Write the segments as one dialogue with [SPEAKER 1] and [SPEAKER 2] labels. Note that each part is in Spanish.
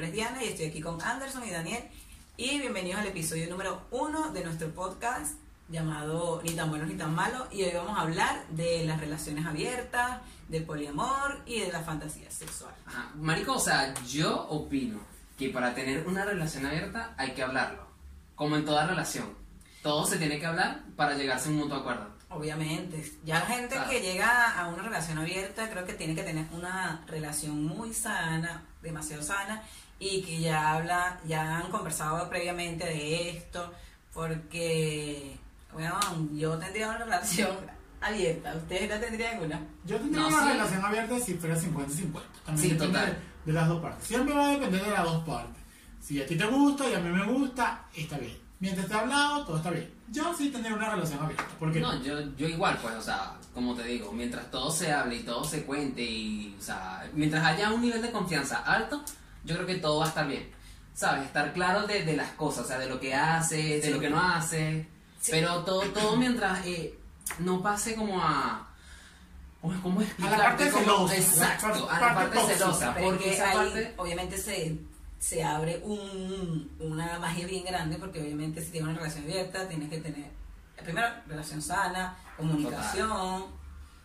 [SPEAKER 1] Estoy aquí con Anderson y Daniel y bienvenidos al episodio número uno de nuestro podcast llamado Ni tan buenos ni tan malos y hoy vamos a hablar de las relaciones abiertas, del poliamor y de la fantasía sexual.
[SPEAKER 2] Ajá. Marico, o sea, yo opino que para tener una relación abierta hay que hablarlo. Como en toda relación. Todo se tiene que hablar para llegarse a un mutuo acuerdo.
[SPEAKER 1] Obviamente, ya la gente
[SPEAKER 2] Claro.
[SPEAKER 1] que llega a una relación abierta creo que tiene que tener una relación muy sana, demasiado sana, y que ya habla, ya han conversado previamente de esto, porque, bueno, yo tendría una relación abierta, ustedes no tendrían una.
[SPEAKER 3] Yo tendría
[SPEAKER 2] No,
[SPEAKER 3] una
[SPEAKER 2] sí.
[SPEAKER 3] relación abierta si fuera 50-50. También
[SPEAKER 2] Sí,
[SPEAKER 3] depende
[SPEAKER 2] total.
[SPEAKER 3] De, de las dos partes. Siempre va a depender de las dos partes. Si a ti te gusta y a mí me gusta, está bien. Mientras te he hablado, todo está bien. Yo sí tendría una relación abierta. Porque
[SPEAKER 2] No, yo, yo igual, pues, o sea, como te digo, mientras todo se hable y todo se cuente y, o sea, mientras haya un nivel de confianza alto, yo creo que todo va a estar bien. ¿Sabes? Estar claro de, de las cosas, o sea, de lo que haces, de
[SPEAKER 1] Sí.
[SPEAKER 2] lo que no haces.
[SPEAKER 1] Sí.
[SPEAKER 2] Pero todo, todo mientras eh, no pase como a... ¿Cómo cómo explicarte?
[SPEAKER 3] parte
[SPEAKER 2] Como-
[SPEAKER 3] celosa, la
[SPEAKER 2] Exacto, a la
[SPEAKER 3] parte
[SPEAKER 2] parte
[SPEAKER 3] tóxica.
[SPEAKER 2] celosa.
[SPEAKER 1] Pero es
[SPEAKER 2] Porque
[SPEAKER 1] que
[SPEAKER 2] esa
[SPEAKER 1] ahí,
[SPEAKER 2] parte...
[SPEAKER 1] obviamente, se, se abre un, una magia bien grande, porque obviamente, si tienes una relación abierta, tienes que tener, primero, relación sana, comunicación,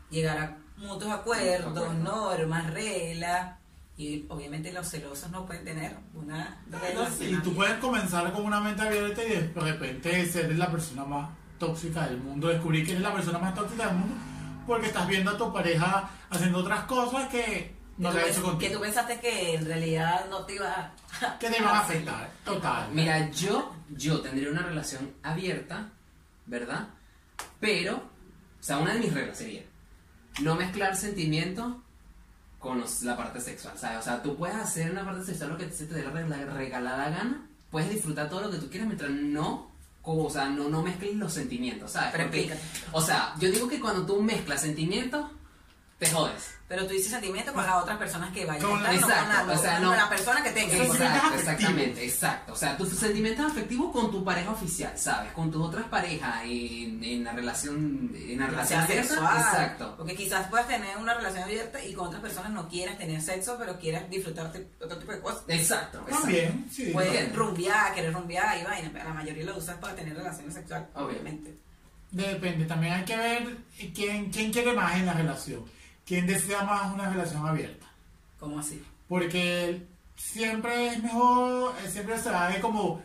[SPEAKER 1] llegar a mutuos acuerdos,
[SPEAKER 2] Mutuos acuerdos.
[SPEAKER 1] normas, reglas, y obviamente los celosos no pueden tener una
[SPEAKER 3] Entonces,
[SPEAKER 1] relación.
[SPEAKER 3] Y tú
[SPEAKER 1] abierta.
[SPEAKER 3] puedes comenzar con una mente abierta y de repente ser la persona más tóxica del mundo, descubrir que eres la persona más tóxica del mundo porque estás viendo a tu pareja haciendo otras cosas que
[SPEAKER 1] Que tú
[SPEAKER 3] no te ha
[SPEAKER 1] pens- que
[SPEAKER 3] hecho
[SPEAKER 1] tú
[SPEAKER 3] contigo.
[SPEAKER 1] pensaste que en realidad no te iba a...
[SPEAKER 3] Que te van a afectar, total.
[SPEAKER 2] Ah, Mira, yo, yo tendría una relación abierta, ¿verdad? Pero, o sea, una de mis reglas sería no mezclar sentimientos con los- la parte sexual, ¿sabes? O sea, tú puedes hacer en la parte sexual lo que se te dé la, re- la regalada gana, puedes disfrutar todo lo que tú quieras mientras no, como, o sea, no, no mezcles los sentimientos, ¿sabes?
[SPEAKER 1] Pero
[SPEAKER 2] Porque,
[SPEAKER 1] explícate.
[SPEAKER 2] o sea, yo digo que cuando tú mezclas sentimientos, te jodes.
[SPEAKER 1] Pero tú dices sentimiento con las otras personas que vayan
[SPEAKER 3] Con-
[SPEAKER 1] a estar, no
[SPEAKER 2] exacto,
[SPEAKER 1] con, la,
[SPEAKER 2] o sea,
[SPEAKER 1] con
[SPEAKER 2] no.
[SPEAKER 1] la persona que tengas.
[SPEAKER 3] Sentimientos
[SPEAKER 2] Exacto,
[SPEAKER 3] afectivos.
[SPEAKER 2] exactamente, exacto. O sea, tus sentimientos afectivos con tu pareja oficial, ¿sabes? Con tus otras parejas en, en la relación, en la relación
[SPEAKER 1] relación
[SPEAKER 2] abierta,
[SPEAKER 1] sexual.
[SPEAKER 2] Exacto.
[SPEAKER 1] Porque quizás puedas tener una relación abierta y con otras personas no quieras tener sexo, pero quieras disfrutarte otro tipo de cosas.
[SPEAKER 2] Exacto. exacto.
[SPEAKER 3] También, sí.
[SPEAKER 1] Puedes
[SPEAKER 2] bien.
[SPEAKER 1] rumbear, querer rumbear y vaina, pero la mayoría lo usas para tener relaciones sexuales,
[SPEAKER 2] Obviamente.
[SPEAKER 1] obviamente.
[SPEAKER 3] Depende, también hay que ver quién, quién quiere más en la relación, quién desea más una relación abierta.
[SPEAKER 1] ¿Cómo así?
[SPEAKER 3] Porque siempre es mejor, eh, siempre se va a ver como...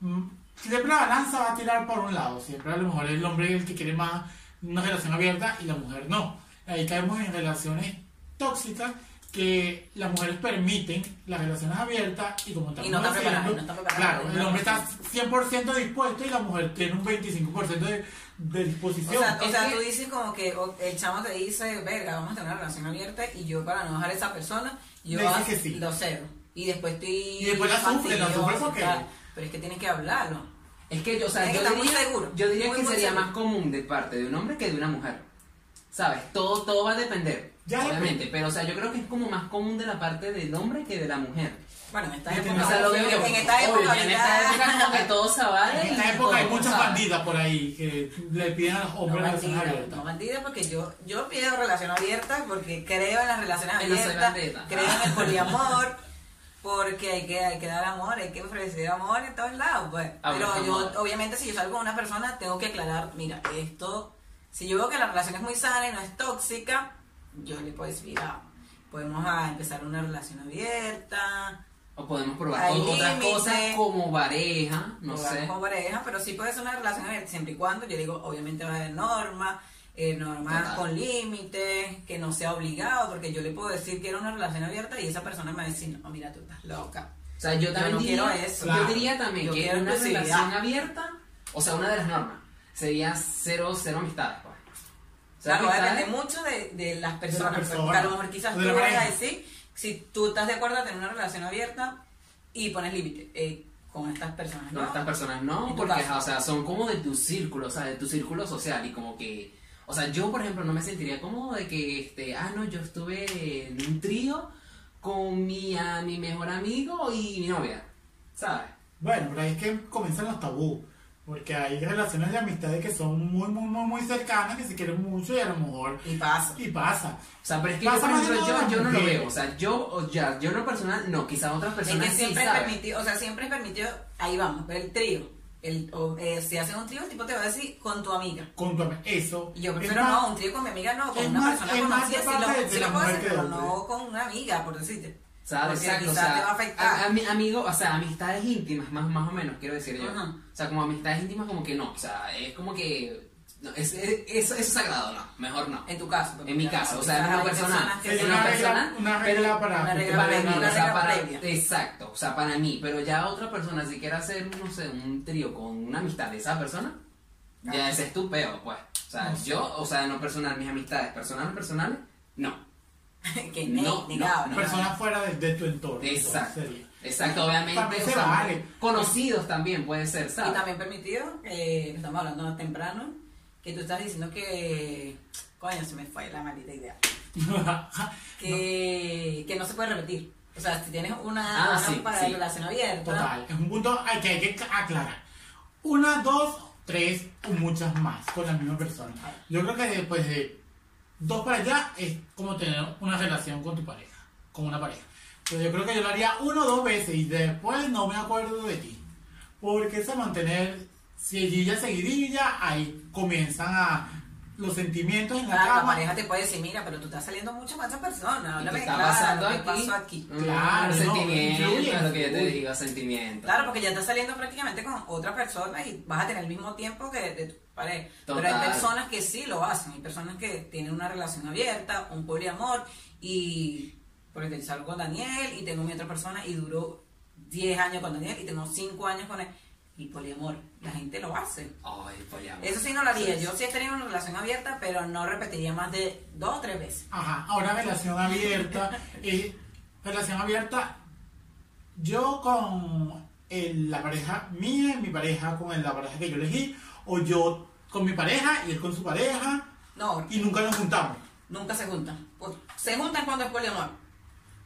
[SPEAKER 3] mm, Siempre la balanza va a tirar por un lado, siempre a lo mejor el hombre es el que quiere más una relación abierta y la mujer no. Ahí caemos en relaciones tóxicas que las mujeres permiten las relaciones abiertas y como estamos
[SPEAKER 1] Y no está preparada,
[SPEAKER 3] haciendo-
[SPEAKER 1] no está preparada
[SPEAKER 3] claro,
[SPEAKER 1] para
[SPEAKER 3] el hombre
[SPEAKER 1] una
[SPEAKER 3] está 100% dispuesto y la mujer tiene un 25% de, de
[SPEAKER 1] O
[SPEAKER 3] disposición.
[SPEAKER 1] sea, o
[SPEAKER 2] es
[SPEAKER 1] sea,
[SPEAKER 2] que-
[SPEAKER 1] tú dices como que o- el chamo te dice, verga, vamos a tener una relación abierta y yo para no dejar a esa persona, yo
[SPEAKER 3] Le dices
[SPEAKER 1] hago-
[SPEAKER 3] que sí.
[SPEAKER 1] lo cedo. Y después estoy...
[SPEAKER 3] Y después la sufre, la sufre
[SPEAKER 1] fastidioso y
[SPEAKER 3] porque-
[SPEAKER 1] tal. Pero es que tienes que hablarlo.
[SPEAKER 2] Es que yo, o sea,
[SPEAKER 1] Tienes
[SPEAKER 2] yo
[SPEAKER 1] que estar muy
[SPEAKER 2] diría,
[SPEAKER 1] seguro,
[SPEAKER 2] yo diría
[SPEAKER 1] muy,
[SPEAKER 2] que
[SPEAKER 1] muy
[SPEAKER 2] sería
[SPEAKER 1] seguro.
[SPEAKER 2] más común de parte de un hombre que de una mujer. ¿Sabes? Todo, todo va a depender.
[SPEAKER 3] Ya depende.
[SPEAKER 2] obviamente. Pero, o sea, yo creo que es como más común de la parte del hombre que de la mujer.
[SPEAKER 1] Bueno, en esta
[SPEAKER 3] Y
[SPEAKER 1] época...
[SPEAKER 3] tener-
[SPEAKER 2] o sea, lo veo yo.
[SPEAKER 1] en esta época...
[SPEAKER 2] Obvio, en esta
[SPEAKER 1] ahorita-
[SPEAKER 2] época como que todo se vale.
[SPEAKER 3] En
[SPEAKER 2] y
[SPEAKER 3] esta época hay
[SPEAKER 2] todo,
[SPEAKER 3] muchas
[SPEAKER 2] ¿sabes?
[SPEAKER 3] bandidas por ahí que le piden a los
[SPEAKER 1] No
[SPEAKER 3] hombres relaciones
[SPEAKER 1] bandida,
[SPEAKER 3] abiertas.
[SPEAKER 1] no bandida porque yo, yo pido relación abierta porque creo en las relaciones
[SPEAKER 2] Ay, no soy
[SPEAKER 1] abiertas,
[SPEAKER 2] bandida.
[SPEAKER 1] creo en el poliamor, porque hay que, hay que dar amor, hay que ofrecer amor en todos lados, pues.
[SPEAKER 2] Amor,
[SPEAKER 1] Pero yo,
[SPEAKER 2] amor.
[SPEAKER 1] obviamente, si yo salgo con una persona, tengo que aclarar, mira, esto, si yo veo que la relación es muy sana y no es tóxica, yo le puedo decir, mira, podemos ah, empezar una relación abierta,
[SPEAKER 2] O podemos probar
[SPEAKER 1] Hay
[SPEAKER 2] con otras
[SPEAKER 1] límites.
[SPEAKER 2] cosas como pareja, no
[SPEAKER 1] probar
[SPEAKER 2] sé.
[SPEAKER 1] con pareja, pero sí puede ser una relación abierta, siempre y cuando, yo digo, obviamente va a haber normas, eh, normas
[SPEAKER 2] Total.
[SPEAKER 1] con límites, que no sea obligado, porque yo le puedo decir que era una relación abierta y esa persona me va a decir, no, mira, tú estás loca.
[SPEAKER 2] O sea, yo
[SPEAKER 1] Yo
[SPEAKER 2] también
[SPEAKER 1] no
[SPEAKER 2] diría,
[SPEAKER 1] quiero eso.
[SPEAKER 2] yo
[SPEAKER 3] Claro.
[SPEAKER 2] diría también
[SPEAKER 1] Yo
[SPEAKER 2] que
[SPEAKER 1] quiero
[SPEAKER 2] una
[SPEAKER 1] exclusividad.
[SPEAKER 2] relación abierta, o sea, una de las normas, sería cero, cero amistades. pues. Cero
[SPEAKER 1] Claro, va a depender
[SPEAKER 2] amistades.
[SPEAKER 1] mucho de, de las personas,
[SPEAKER 3] De la persona.
[SPEAKER 1] porque a lo mejor quizás
[SPEAKER 3] O
[SPEAKER 1] tú
[SPEAKER 3] de la
[SPEAKER 1] vas a
[SPEAKER 3] pareja.
[SPEAKER 1] decir, si tú estás de acuerdo a tener una relación abierta y pones límite eh, con estas personas,
[SPEAKER 2] No,
[SPEAKER 1] ¿no?
[SPEAKER 2] estas personas
[SPEAKER 1] En
[SPEAKER 2] no,
[SPEAKER 1] tu
[SPEAKER 2] porque,
[SPEAKER 1] caso.
[SPEAKER 2] o sea, son como de tu círculo, o sea, de tu círculo social y como que, o sea, yo, por ejemplo, no me sentiría cómodo de que, este, ah, no, yo estuve en un trío con mi, a, mi mejor amigo y mi novia, ¿sabes?
[SPEAKER 3] Bueno, pero ahí es que comienzan los tabú. Porque hay relaciones de amistades que son muy, muy, muy, muy cercanas, que se quieren mucho y a lo mejor.
[SPEAKER 1] Y pasa.
[SPEAKER 3] Y pasa.
[SPEAKER 2] O sea, pero es que yo,
[SPEAKER 3] Pasa
[SPEAKER 2] por
[SPEAKER 3] más
[SPEAKER 2] ejemplo,
[SPEAKER 3] que nada
[SPEAKER 2] yo, yo no lo
[SPEAKER 3] mujeres.
[SPEAKER 2] veo. O sea, yo, o ya, yo en lo personal, no, quizá otras
[SPEAKER 1] Es que
[SPEAKER 2] personas sí
[SPEAKER 1] siempre es
[SPEAKER 2] saben.
[SPEAKER 1] permitido, o sea, siempre es permitido, ahí vamos, ver el trío. El, o, eh, si hacen un trío, el tipo te va a decir con tu amiga.
[SPEAKER 3] Con tu am- Eso.
[SPEAKER 1] Y yo
[SPEAKER 3] Es
[SPEAKER 1] prefiero
[SPEAKER 3] más,
[SPEAKER 1] no, un trío con mi amiga no, con
[SPEAKER 3] es
[SPEAKER 1] una
[SPEAKER 3] más-
[SPEAKER 1] persona
[SPEAKER 3] es más
[SPEAKER 1] conocida,
[SPEAKER 3] de
[SPEAKER 1] si lo,
[SPEAKER 3] parte de
[SPEAKER 1] sí lo
[SPEAKER 3] la
[SPEAKER 1] puedo
[SPEAKER 3] mujer
[SPEAKER 1] hacer,
[SPEAKER 3] que
[SPEAKER 1] pero
[SPEAKER 3] del
[SPEAKER 1] no
[SPEAKER 3] hombre.
[SPEAKER 1] con una amiga, por decirte.
[SPEAKER 2] ¿Sabes?
[SPEAKER 1] Porque
[SPEAKER 2] Exacto, o
[SPEAKER 1] quizás
[SPEAKER 2] sea,
[SPEAKER 1] te va a afectar.
[SPEAKER 2] a- a mi- amigos, o sea, amistades íntimas, más, más o menos, quiero decir yo.
[SPEAKER 1] Ajá.
[SPEAKER 2] O sea, como amistades íntimas, como que no, o sea, es como que, no, es, es- eso, eso es sagrado, no, mejor no.
[SPEAKER 1] en tu caso. porque
[SPEAKER 2] En mi
[SPEAKER 1] quizás
[SPEAKER 2] caso, o sea, en
[SPEAKER 1] hay
[SPEAKER 2] lo personal,
[SPEAKER 1] personas que
[SPEAKER 3] Es
[SPEAKER 1] sí.
[SPEAKER 2] en lo
[SPEAKER 3] una regla,
[SPEAKER 2] personal,
[SPEAKER 3] una
[SPEAKER 2] pero-
[SPEAKER 3] regla para.
[SPEAKER 1] una regla
[SPEAKER 2] para mí,
[SPEAKER 1] previa,
[SPEAKER 2] o sea,
[SPEAKER 1] regla
[SPEAKER 2] para,
[SPEAKER 1] previa.
[SPEAKER 2] exacto, o sea, para mí, pero ya otra persona, si quiere hacer, no sé, un trío con una amistad de esa persona,
[SPEAKER 1] Ah.
[SPEAKER 2] ya ese es tu peo, pues. O sea,
[SPEAKER 3] No sé.
[SPEAKER 2] yo, o sea, en lo personal, mis amistades personales, personales, no.
[SPEAKER 1] que
[SPEAKER 2] No,
[SPEAKER 1] ne-
[SPEAKER 2] no,
[SPEAKER 1] negado, ¿no?
[SPEAKER 3] Personas fuera de, de tu entorno.
[SPEAKER 2] Exacto.
[SPEAKER 3] Sería.
[SPEAKER 2] Exacto, obviamente.
[SPEAKER 3] También
[SPEAKER 2] o
[SPEAKER 3] se
[SPEAKER 2] sea,
[SPEAKER 3] vale.
[SPEAKER 2] Conocidos también puede ser, ¿sabes?
[SPEAKER 1] Y también permitido, eh, estamos hablando más temprano, que tú estás diciendo que. Coño, se me fue la maldita idea. Que no, que no se puede repetir. O sea, si tienes una,
[SPEAKER 2] Ah,
[SPEAKER 1] una
[SPEAKER 2] sí,
[SPEAKER 1] para
[SPEAKER 2] sí.
[SPEAKER 1] relación abierta.
[SPEAKER 3] Total, es un punto al que hay que aclarar. Una, dos, tres o muchas más con la misma persona. Yo creo que después de dos para allá es como tener una relación con tu pareja, con una pareja. Pero yo creo que yo lo haría uno o dos veces y después no me acuerdo de ti. Porque eso mantener seguidilla, seguidilla, ahí comienzan a los sentimientos en la
[SPEAKER 1] Claro, la
[SPEAKER 3] cama.
[SPEAKER 1] pareja te puede decir, mira, pero tú estás saliendo mucho con esa persona.
[SPEAKER 2] Y
[SPEAKER 1] Háblame
[SPEAKER 2] te está
[SPEAKER 1] claro,
[SPEAKER 2] pasando
[SPEAKER 1] ¿qué
[SPEAKER 2] aquí.
[SPEAKER 1] pasó aquí?
[SPEAKER 2] Mm,
[SPEAKER 3] Claro, no,
[SPEAKER 2] sentimiento,
[SPEAKER 3] influye,
[SPEAKER 2] es lo que yo te
[SPEAKER 3] influye.
[SPEAKER 2] digo, sentimiento.
[SPEAKER 1] Claro, porque ya estás saliendo prácticamente con otra persona y vas a tener el mismo tiempo que de tu pareja. Pero hay
[SPEAKER 2] Total.
[SPEAKER 1] personas que sí lo hacen, hay personas que tienen una relación abierta, un poliamor y por ejemplo, salgo con Daniel y tengo mi otra persona y duró 10 años con Daniel y tengo 5 años con él. Y poliamor, la gente lo hace.
[SPEAKER 2] Ay, poliamor.
[SPEAKER 1] Eso sí no lo haría. Yo sí he tenido una relación abierta, pero no repetiría más de dos o tres veces.
[SPEAKER 3] Ajá, ahora relación abierta. eh, relación abierta, yo con el- la pareja mía, mi pareja con el- la pareja que yo elegí, o yo con mi pareja y él con su pareja,
[SPEAKER 1] No,
[SPEAKER 3] y nunca nos juntamos.
[SPEAKER 1] nunca se juntan. Pues, Se juntan cuando es poliamor.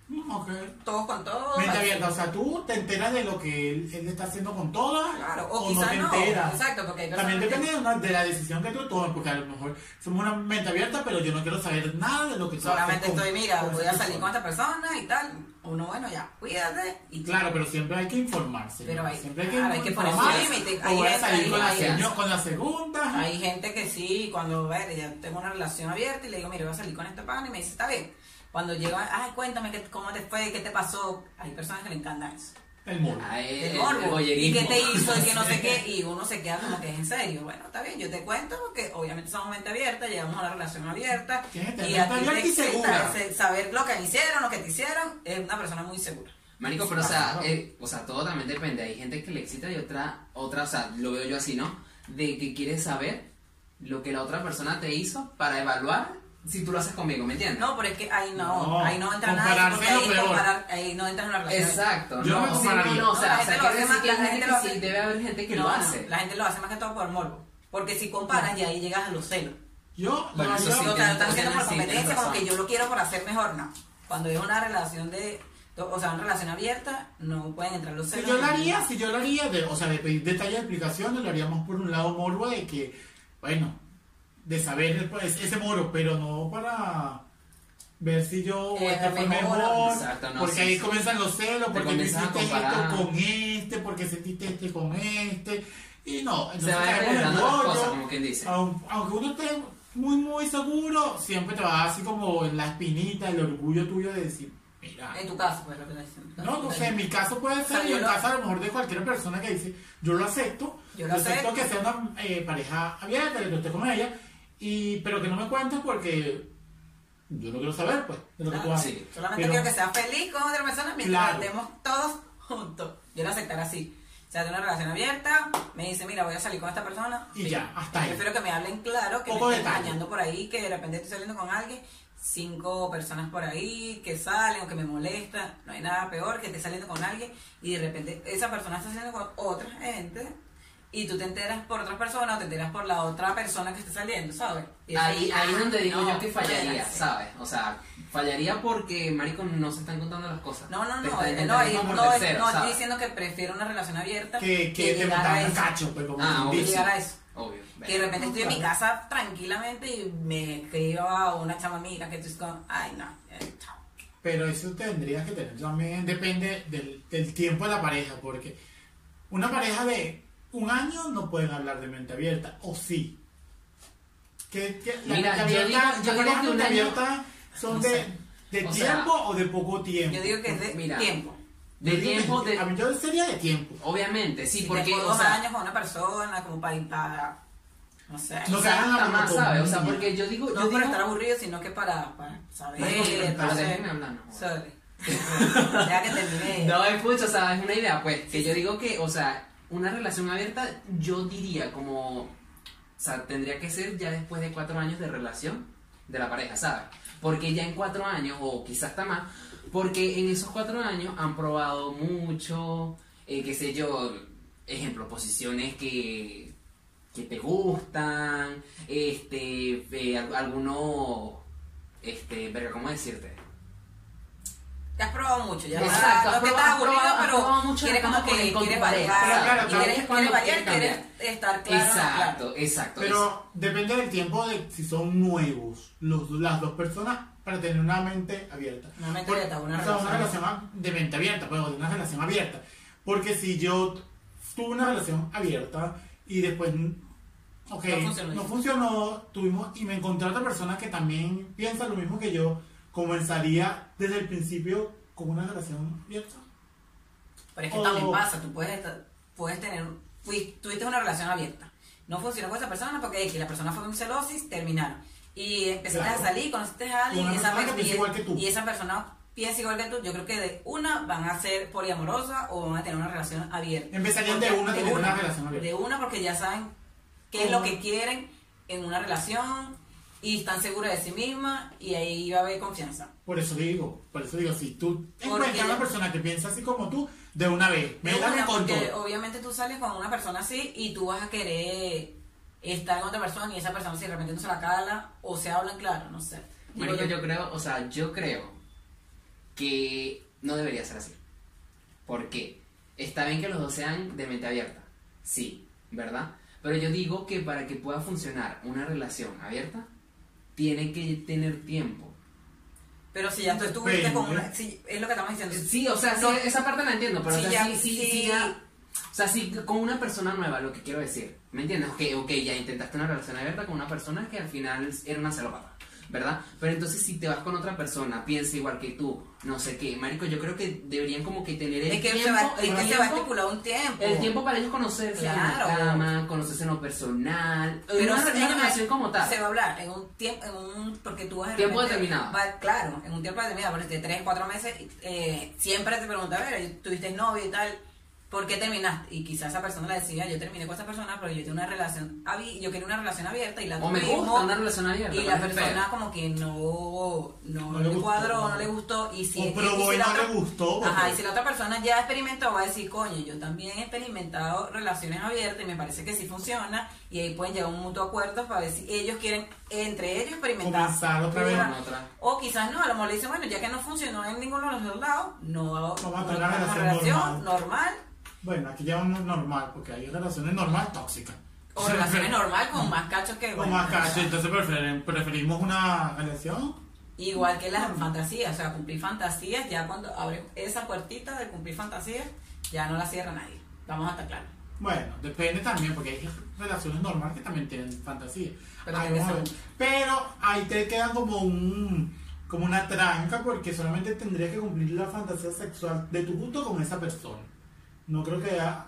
[SPEAKER 3] Mm, ok.
[SPEAKER 1] Todos con todos.
[SPEAKER 3] Mente
[SPEAKER 1] así.
[SPEAKER 3] abierta, o sea, tú te enteras de lo que él, él está haciendo con todas,
[SPEAKER 1] Claro, o,
[SPEAKER 3] o no
[SPEAKER 1] quizás
[SPEAKER 3] te
[SPEAKER 1] no.
[SPEAKER 3] enteras.
[SPEAKER 1] Exacto, porque hay
[SPEAKER 3] También
[SPEAKER 1] personas que-
[SPEAKER 3] depende de, una- de la decisión que tú tomes, porque a lo mejor somos una mente abierta, pero yo no quiero saber nada de lo que tú
[SPEAKER 1] Solamente
[SPEAKER 3] haces con-
[SPEAKER 1] estoy, mira,
[SPEAKER 3] con
[SPEAKER 1] voy
[SPEAKER 3] esa
[SPEAKER 1] a salir con
[SPEAKER 3] persona.
[SPEAKER 1] esta persona y tal. Uno, bueno, ya, cuídate. Y
[SPEAKER 3] Claro, pero siempre hay que informarse.
[SPEAKER 1] Pero
[SPEAKER 3] ¿no?
[SPEAKER 1] hay-
[SPEAKER 3] siempre hay que,
[SPEAKER 1] claro, hay que poner
[SPEAKER 3] informarse.
[SPEAKER 1] su límite.
[SPEAKER 3] O
[SPEAKER 1] Ahí
[SPEAKER 3] voy a
[SPEAKER 1] es-
[SPEAKER 3] salir
[SPEAKER 1] ahí
[SPEAKER 3] con la,
[SPEAKER 1] es-
[SPEAKER 3] señor- con la segunda.
[SPEAKER 1] Hay gente que sí, cuando ver, ya tengo una relación abierta y le digo, mira, voy a salir con esta pana y me dice, está bien. Cuando llega, ay, cuéntame qué- cómo te fue, qué te pasó. Hay personas que le encantan eso.
[SPEAKER 3] El muro.
[SPEAKER 2] Ay,
[SPEAKER 1] El
[SPEAKER 2] el
[SPEAKER 1] morbo. ¿Y
[SPEAKER 2] voyerismo.
[SPEAKER 1] qué te hizo? Y que no sé qué. Y uno se queda como que es en serio. Bueno, está bien, yo te cuento porque obviamente somos mente abierta, llevamos a una relación abierta.
[SPEAKER 3] Tienes que
[SPEAKER 1] y
[SPEAKER 3] tener
[SPEAKER 1] a ti
[SPEAKER 3] mente abierta
[SPEAKER 1] te
[SPEAKER 3] y
[SPEAKER 1] excita
[SPEAKER 3] segura.
[SPEAKER 1] ese- saber lo que hicieron, lo que te hicieron, es una persona muy segura.
[SPEAKER 2] Marico, pero o sea, eh, o sea, todo también depende. Hay gente que le excita y otra, otra, o sea, lo veo yo así, ¿no? De que quieres saber lo que la otra persona te hizo para evaluar si tú lo haces conmigo, ¿me entiendes?
[SPEAKER 1] No, pero es que ahí no,
[SPEAKER 3] No,
[SPEAKER 1] ahí no entra nada.
[SPEAKER 3] compararse
[SPEAKER 1] porque
[SPEAKER 3] es lo
[SPEAKER 1] ahí,
[SPEAKER 3] peor.
[SPEAKER 1] comparar- ahí no entra en una relación.
[SPEAKER 2] Exacto,
[SPEAKER 3] Yo
[SPEAKER 2] no,
[SPEAKER 3] me
[SPEAKER 2] sí,
[SPEAKER 3] compararía.
[SPEAKER 2] no, no, o
[SPEAKER 1] No, la
[SPEAKER 2] sea, o
[SPEAKER 1] gente
[SPEAKER 2] sea,
[SPEAKER 1] lo
[SPEAKER 2] quiere
[SPEAKER 1] hace
[SPEAKER 2] decir
[SPEAKER 1] más-
[SPEAKER 2] que
[SPEAKER 1] la
[SPEAKER 2] hay gente
[SPEAKER 1] gente
[SPEAKER 2] que
[SPEAKER 1] lo hace-
[SPEAKER 2] sí, debe haber gente que
[SPEAKER 1] No,
[SPEAKER 2] lo
[SPEAKER 1] no,
[SPEAKER 2] hace.
[SPEAKER 1] la gente lo hace más que todo por morbo. Porque si comparan y ahí llegas a los celos.
[SPEAKER 3] Yo,
[SPEAKER 2] Bueno,
[SPEAKER 3] no,
[SPEAKER 2] eso
[SPEAKER 3] yo-
[SPEAKER 2] sí,
[SPEAKER 1] No,
[SPEAKER 2] tienes-
[SPEAKER 1] claro, están haciendo por
[SPEAKER 2] sí, tienes
[SPEAKER 1] competencia, como
[SPEAKER 2] razón.
[SPEAKER 1] que yo lo quiero por hacer mejor, no. Cuando es una relación de, o sea, una relación abierta, no pueden entrar los
[SPEAKER 3] si
[SPEAKER 1] celos.
[SPEAKER 3] yo lo haría, si yo lo haría, de- o sea, de pedir detalles de explicaciones, lo haríamos por un lado morbo de que, bueno, de saber pues, ese moro, pero no para ver si yo
[SPEAKER 1] Eh,
[SPEAKER 3] este fue
[SPEAKER 1] mejor,
[SPEAKER 3] mejor,
[SPEAKER 2] exacto, no,
[SPEAKER 3] porque
[SPEAKER 2] sí,
[SPEAKER 3] ahí
[SPEAKER 2] sí.
[SPEAKER 3] comienzan los celos,
[SPEAKER 2] Te
[SPEAKER 3] porque tú
[SPEAKER 2] comienzas a
[SPEAKER 3] hiciste
[SPEAKER 2] comparar.
[SPEAKER 3] esto con este, porque sentiste este con este, y no,
[SPEAKER 2] Se
[SPEAKER 3] entonces
[SPEAKER 2] van
[SPEAKER 3] caemos en el
[SPEAKER 2] interpretando las cosas,
[SPEAKER 3] rollo.
[SPEAKER 2] como quien dice.
[SPEAKER 3] Aun- aunque uno esté muy, muy seguro, siempre te va así como en la espinita, el orgullo tuyo de decir, mira.
[SPEAKER 1] En tu caso, pues lo que te dicen.
[SPEAKER 3] No, no sé, en mi caso puede ser, y
[SPEAKER 1] yo
[SPEAKER 3] en
[SPEAKER 1] lo-
[SPEAKER 3] caso a lo mejor de cualquier persona que dice, yo lo acepto,
[SPEAKER 1] Yo
[SPEAKER 3] yo,
[SPEAKER 1] lo
[SPEAKER 3] acepto,
[SPEAKER 1] acepto.
[SPEAKER 3] que sea una eh, pareja abierta, que yo esté con ella, y, pero que no me cuentes porque yo no quiero saber, pues, de lo que tú
[SPEAKER 1] Claro,
[SPEAKER 3] haces.
[SPEAKER 2] sí.
[SPEAKER 1] Solamente
[SPEAKER 3] Pero-
[SPEAKER 1] quiero que seas feliz con otra persona mientras
[SPEAKER 3] Claro.
[SPEAKER 1] estemos todos juntos. Yo lo aceptar así. O sea, de una relación abierta, me dice, mira, voy a salir con esta persona.
[SPEAKER 3] Y ya, hasta ahí.
[SPEAKER 1] Prefiero que me hablen claro, que
[SPEAKER 3] Poco
[SPEAKER 1] me estén
[SPEAKER 3] detalle.
[SPEAKER 1] engañando por ahí, que de repente estoy saliendo con alguien, cinco personas por ahí, que salen o que me molesta. No hay nada peor que esté saliendo con alguien y de repente esa persona está saliendo con otra gente y tú te enteras por otra persona o te enteras por la otra persona que esté saliendo, ¿sabes? Y eso
[SPEAKER 2] Ahí, ahí es donde digo
[SPEAKER 1] no,
[SPEAKER 2] yo que fallaría,
[SPEAKER 1] sí.
[SPEAKER 2] ¿sabes? O sea, fallaría porque, marico, no se están contando las cosas.
[SPEAKER 1] No, no,
[SPEAKER 2] Te
[SPEAKER 1] no,
[SPEAKER 2] están
[SPEAKER 1] eh, no,
[SPEAKER 2] contando
[SPEAKER 1] ahí
[SPEAKER 2] por
[SPEAKER 1] no, es-
[SPEAKER 2] terceros,
[SPEAKER 1] no, estoy
[SPEAKER 2] ¿sabes?
[SPEAKER 1] diciendo que prefiero una relación abierta
[SPEAKER 3] Que, que te
[SPEAKER 1] llegar a
[SPEAKER 3] montaron el
[SPEAKER 1] eso.
[SPEAKER 3] cacho, pues como
[SPEAKER 2] Ah,
[SPEAKER 3] un
[SPEAKER 1] que
[SPEAKER 2] obvio.
[SPEAKER 3] vicio.
[SPEAKER 1] llegar a eso.
[SPEAKER 2] Obvio.
[SPEAKER 1] Que de repente estoy en mi
[SPEAKER 3] Claro.
[SPEAKER 1] casa tranquilamente y me escriba una chama amiga que tú es como, ay, no, eh, chao.
[SPEAKER 3] Pero eso tendrías que tener también, depende del, del tiempo de la pareja, porque una pareja de un año no pueden hablar de mente abierta, o sí. Que, que la
[SPEAKER 2] Mira,
[SPEAKER 3] mente
[SPEAKER 2] yo digo-
[SPEAKER 3] abierta,
[SPEAKER 2] yo
[SPEAKER 3] las
[SPEAKER 2] digo
[SPEAKER 3] parejas
[SPEAKER 2] que un
[SPEAKER 3] mente
[SPEAKER 2] año-
[SPEAKER 3] abierta son
[SPEAKER 2] no
[SPEAKER 3] de,
[SPEAKER 2] sé.
[SPEAKER 3] de
[SPEAKER 2] O
[SPEAKER 3] tiempo
[SPEAKER 2] sea,
[SPEAKER 3] o de poco tiempo.
[SPEAKER 1] Yo digo que es de
[SPEAKER 2] Mira.
[SPEAKER 1] tiempo.
[SPEAKER 2] De tiempo, de-
[SPEAKER 3] A mí yo sería de tiempo.
[SPEAKER 2] Obviamente, sí,
[SPEAKER 1] Si
[SPEAKER 2] porque,
[SPEAKER 1] tengo
[SPEAKER 2] o
[SPEAKER 1] dos
[SPEAKER 2] sea,
[SPEAKER 1] años con una persona, como para ir para, no sé.
[SPEAKER 3] No,
[SPEAKER 1] No,
[SPEAKER 2] quizás
[SPEAKER 3] hagan la
[SPEAKER 2] hasta más, ¿sabes? O sea,
[SPEAKER 3] monotonía.
[SPEAKER 2] porque yo digo, yo
[SPEAKER 1] por
[SPEAKER 2] digo,
[SPEAKER 1] estar aburrido, sino que para, para saber,
[SPEAKER 2] Marico, pero
[SPEAKER 1] no sé.
[SPEAKER 2] déjenme hablar, no, joder.
[SPEAKER 1] Sorry. ya que terminé.
[SPEAKER 2] No, escucha, o sea, es una idea, pues, que yo digo que, o sea, una relación abierta, yo diría como, o sea, tendría que ser ya después de cuatro años de relación de la pareja, ¿sabes? Porque ya en cuatro años, o quizás hasta más, porque en esos cuatro años han probado mucho, eh, qué sé yo, ejemplo, posiciones que, que te gustan, este, eh, al- algunos, este, verga, ¿cómo decirte?
[SPEAKER 1] Te has probado mucho, ya
[SPEAKER 2] Exacto,
[SPEAKER 1] está-
[SPEAKER 2] has
[SPEAKER 1] no te
[SPEAKER 2] probado-
[SPEAKER 1] estás
[SPEAKER 2] has
[SPEAKER 1] aburrido,
[SPEAKER 2] probado- has probado
[SPEAKER 1] pero
[SPEAKER 2] mucho
[SPEAKER 1] quieres
[SPEAKER 2] la
[SPEAKER 1] como
[SPEAKER 2] cama con-
[SPEAKER 1] que
[SPEAKER 2] con
[SPEAKER 1] quieres
[SPEAKER 2] tu pareja.
[SPEAKER 1] variar,
[SPEAKER 3] Claro,
[SPEAKER 1] y
[SPEAKER 3] claro,
[SPEAKER 1] quieres,
[SPEAKER 2] es cuando
[SPEAKER 1] quieres variar,
[SPEAKER 2] quieres
[SPEAKER 1] quieres estar claro.
[SPEAKER 2] exacto,
[SPEAKER 1] claro.
[SPEAKER 2] exacto.
[SPEAKER 3] Pero depende del tiempo de si son nuevos los, las dos personas para tener una mente abierta.
[SPEAKER 1] Una mente
[SPEAKER 3] Por-
[SPEAKER 1] abierta, una
[SPEAKER 3] o sea,
[SPEAKER 1] relación.
[SPEAKER 3] relación a- de mente abierta, pues, o de una relación abierta. Porque si yo tuve una relación abierta y después ok,
[SPEAKER 1] No funcionó.
[SPEAKER 3] no funcionó, tuvimos y me encontré otra persona que también piensa lo mismo que yo, comenzaría desde el principio con una relación abierta.
[SPEAKER 1] Pero es que
[SPEAKER 3] O-
[SPEAKER 1] también pasa, tú puedes, estar- puedes tener, fui- tuviste una relación abierta. No funcionó con esa persona porque X, la persona fue muy celosa y terminaron. Y empezaste
[SPEAKER 3] Claro.
[SPEAKER 1] a salir, conociste a alguien
[SPEAKER 3] Una
[SPEAKER 1] y esa,
[SPEAKER 3] persona que
[SPEAKER 1] per-
[SPEAKER 3] piensa
[SPEAKER 1] y-
[SPEAKER 3] igual que tú.
[SPEAKER 1] y esa persona piensa igual que tú. Yo creo que de una van a ser poliamorosa o van a tener una relación abierta.
[SPEAKER 3] Empezarían de
[SPEAKER 1] Porque-
[SPEAKER 3] una a tener una relación abierta. Oh.
[SPEAKER 1] De una porque ya saben qué es lo que quieren en una relación y están seguras de sí mismas y ahí va a haber confianza.
[SPEAKER 3] Por eso digo, por eso digo, si tú
[SPEAKER 1] Porque-
[SPEAKER 3] encuentras una persona que piensa así como tú, de una vez, me
[SPEAKER 1] No,
[SPEAKER 3] la
[SPEAKER 1] no,
[SPEAKER 3] con
[SPEAKER 1] porque
[SPEAKER 3] todo.
[SPEAKER 1] obviamente tú sales con una persona así y tú vas a querer estar con otra persona y esa persona si de repente no se la cala o se hablan claro, no sé. Digo
[SPEAKER 2] Marico,
[SPEAKER 1] yo.
[SPEAKER 2] yo creo, o sea, yo creo que no debería ser así. ¿Por qué? Está bien que los dos sean de mente abierta, sí, ¿verdad? Pero yo digo que para que pueda funcionar una relación abierta, tiene que tener tiempo.
[SPEAKER 1] Pero si ya tú estuviste con
[SPEAKER 3] Depende.
[SPEAKER 1] una... si- es lo que estamos diciendo.
[SPEAKER 2] Sí, o sea, sí,
[SPEAKER 1] No.
[SPEAKER 2] esa parte la entiendo, pero
[SPEAKER 1] Sí,
[SPEAKER 2] o
[SPEAKER 1] ya,
[SPEAKER 2] sea, sí, sí,
[SPEAKER 1] sí.
[SPEAKER 2] sí, ya- O sea, sí, con una persona nueva, lo que quiero decir. ¿Me entiendes? Ok, ok, ya intentaste una relación abierta con una persona que al final era una celópata, ¿verdad? Pero entonces si te vas con otra persona, piensa igual que tú, no sé qué, marico, yo creo que deberían como que tener el
[SPEAKER 1] Es que,
[SPEAKER 2] tiempo...
[SPEAKER 1] se va, es que se
[SPEAKER 2] el
[SPEAKER 1] va a
[SPEAKER 2] tiempo-
[SPEAKER 1] estipular un tiempo.
[SPEAKER 2] el tiempo para ellos conocerse en la
[SPEAKER 1] Claro.
[SPEAKER 2] cama, conocerse en lo personal,
[SPEAKER 1] Pero
[SPEAKER 2] pero una,
[SPEAKER 1] se-
[SPEAKER 2] una relación como tal.
[SPEAKER 1] Se va a hablar en un tiempo, en un, porque tú vas a
[SPEAKER 2] Tiempo determinado.
[SPEAKER 1] va- claro, en un tiempo determinado, por de tres, cuatro meses, eh, siempre te preguntan, a ver, tuviste novio y tal, ¿por qué terminaste? Y quizás esa persona le decía, yo terminé con esa persona, pero yo tengo una relación, abi- yo quería una relación abierta y la
[SPEAKER 2] o me
[SPEAKER 1] tuvimos,
[SPEAKER 2] gusta una relación abierta.
[SPEAKER 1] y
[SPEAKER 2] por
[SPEAKER 1] la
[SPEAKER 2] ejemplo.
[SPEAKER 1] persona como que no, no,
[SPEAKER 3] No le
[SPEAKER 1] le
[SPEAKER 3] gustó,
[SPEAKER 1] cuadró, no.
[SPEAKER 3] no.
[SPEAKER 1] le gustó, y si,
[SPEAKER 3] O probó
[SPEAKER 1] si
[SPEAKER 3] y
[SPEAKER 1] la
[SPEAKER 3] no
[SPEAKER 1] otra-
[SPEAKER 3] le gustó,
[SPEAKER 1] Ajá,
[SPEAKER 3] porque-
[SPEAKER 1] y si la otra persona ya ha experimentado, va a decir, coño, yo también he experimentado relaciones abiertas y me parece que sí funciona, y ahí pueden llegar a un mutuo acuerdo para ver si ellos quieren, entre ellos, experimentar.
[SPEAKER 3] Comenzar otra vez.
[SPEAKER 1] una-
[SPEAKER 2] Con otra.
[SPEAKER 1] O quizás no, a lo mejor le dicen, bueno, ya que no funcionó en ninguno de los dos lados, no
[SPEAKER 3] Vamos
[SPEAKER 1] no
[SPEAKER 3] a tener
[SPEAKER 1] tenemos
[SPEAKER 3] relación normal.
[SPEAKER 1] normal,
[SPEAKER 3] Bueno, aquí llamamos normal, porque hay relaciones normal tóxicas.
[SPEAKER 1] o relaciones normal con más cachos que...
[SPEAKER 3] Con
[SPEAKER 1] bueno,
[SPEAKER 3] más
[SPEAKER 1] nada.
[SPEAKER 3] cacho, entonces preferen- preferimos una relación.
[SPEAKER 1] Igual que las fantasías, o sea, cumplir fantasías, ya cuando abre esa puertita de cumplir fantasías, ya no la cierra nadie. Vamos a estar claros.
[SPEAKER 3] Bueno, depende también, porque hay relaciones normales que también tienen fantasía.
[SPEAKER 1] Pero
[SPEAKER 3] Ahí
[SPEAKER 1] tiene
[SPEAKER 3] vamos a
[SPEAKER 1] que
[SPEAKER 3] ver. Pero ahí te quedan como un como una tranca porque solamente tendrías que cumplir la fantasía sexual de tu gusto con esa persona. No creo que haya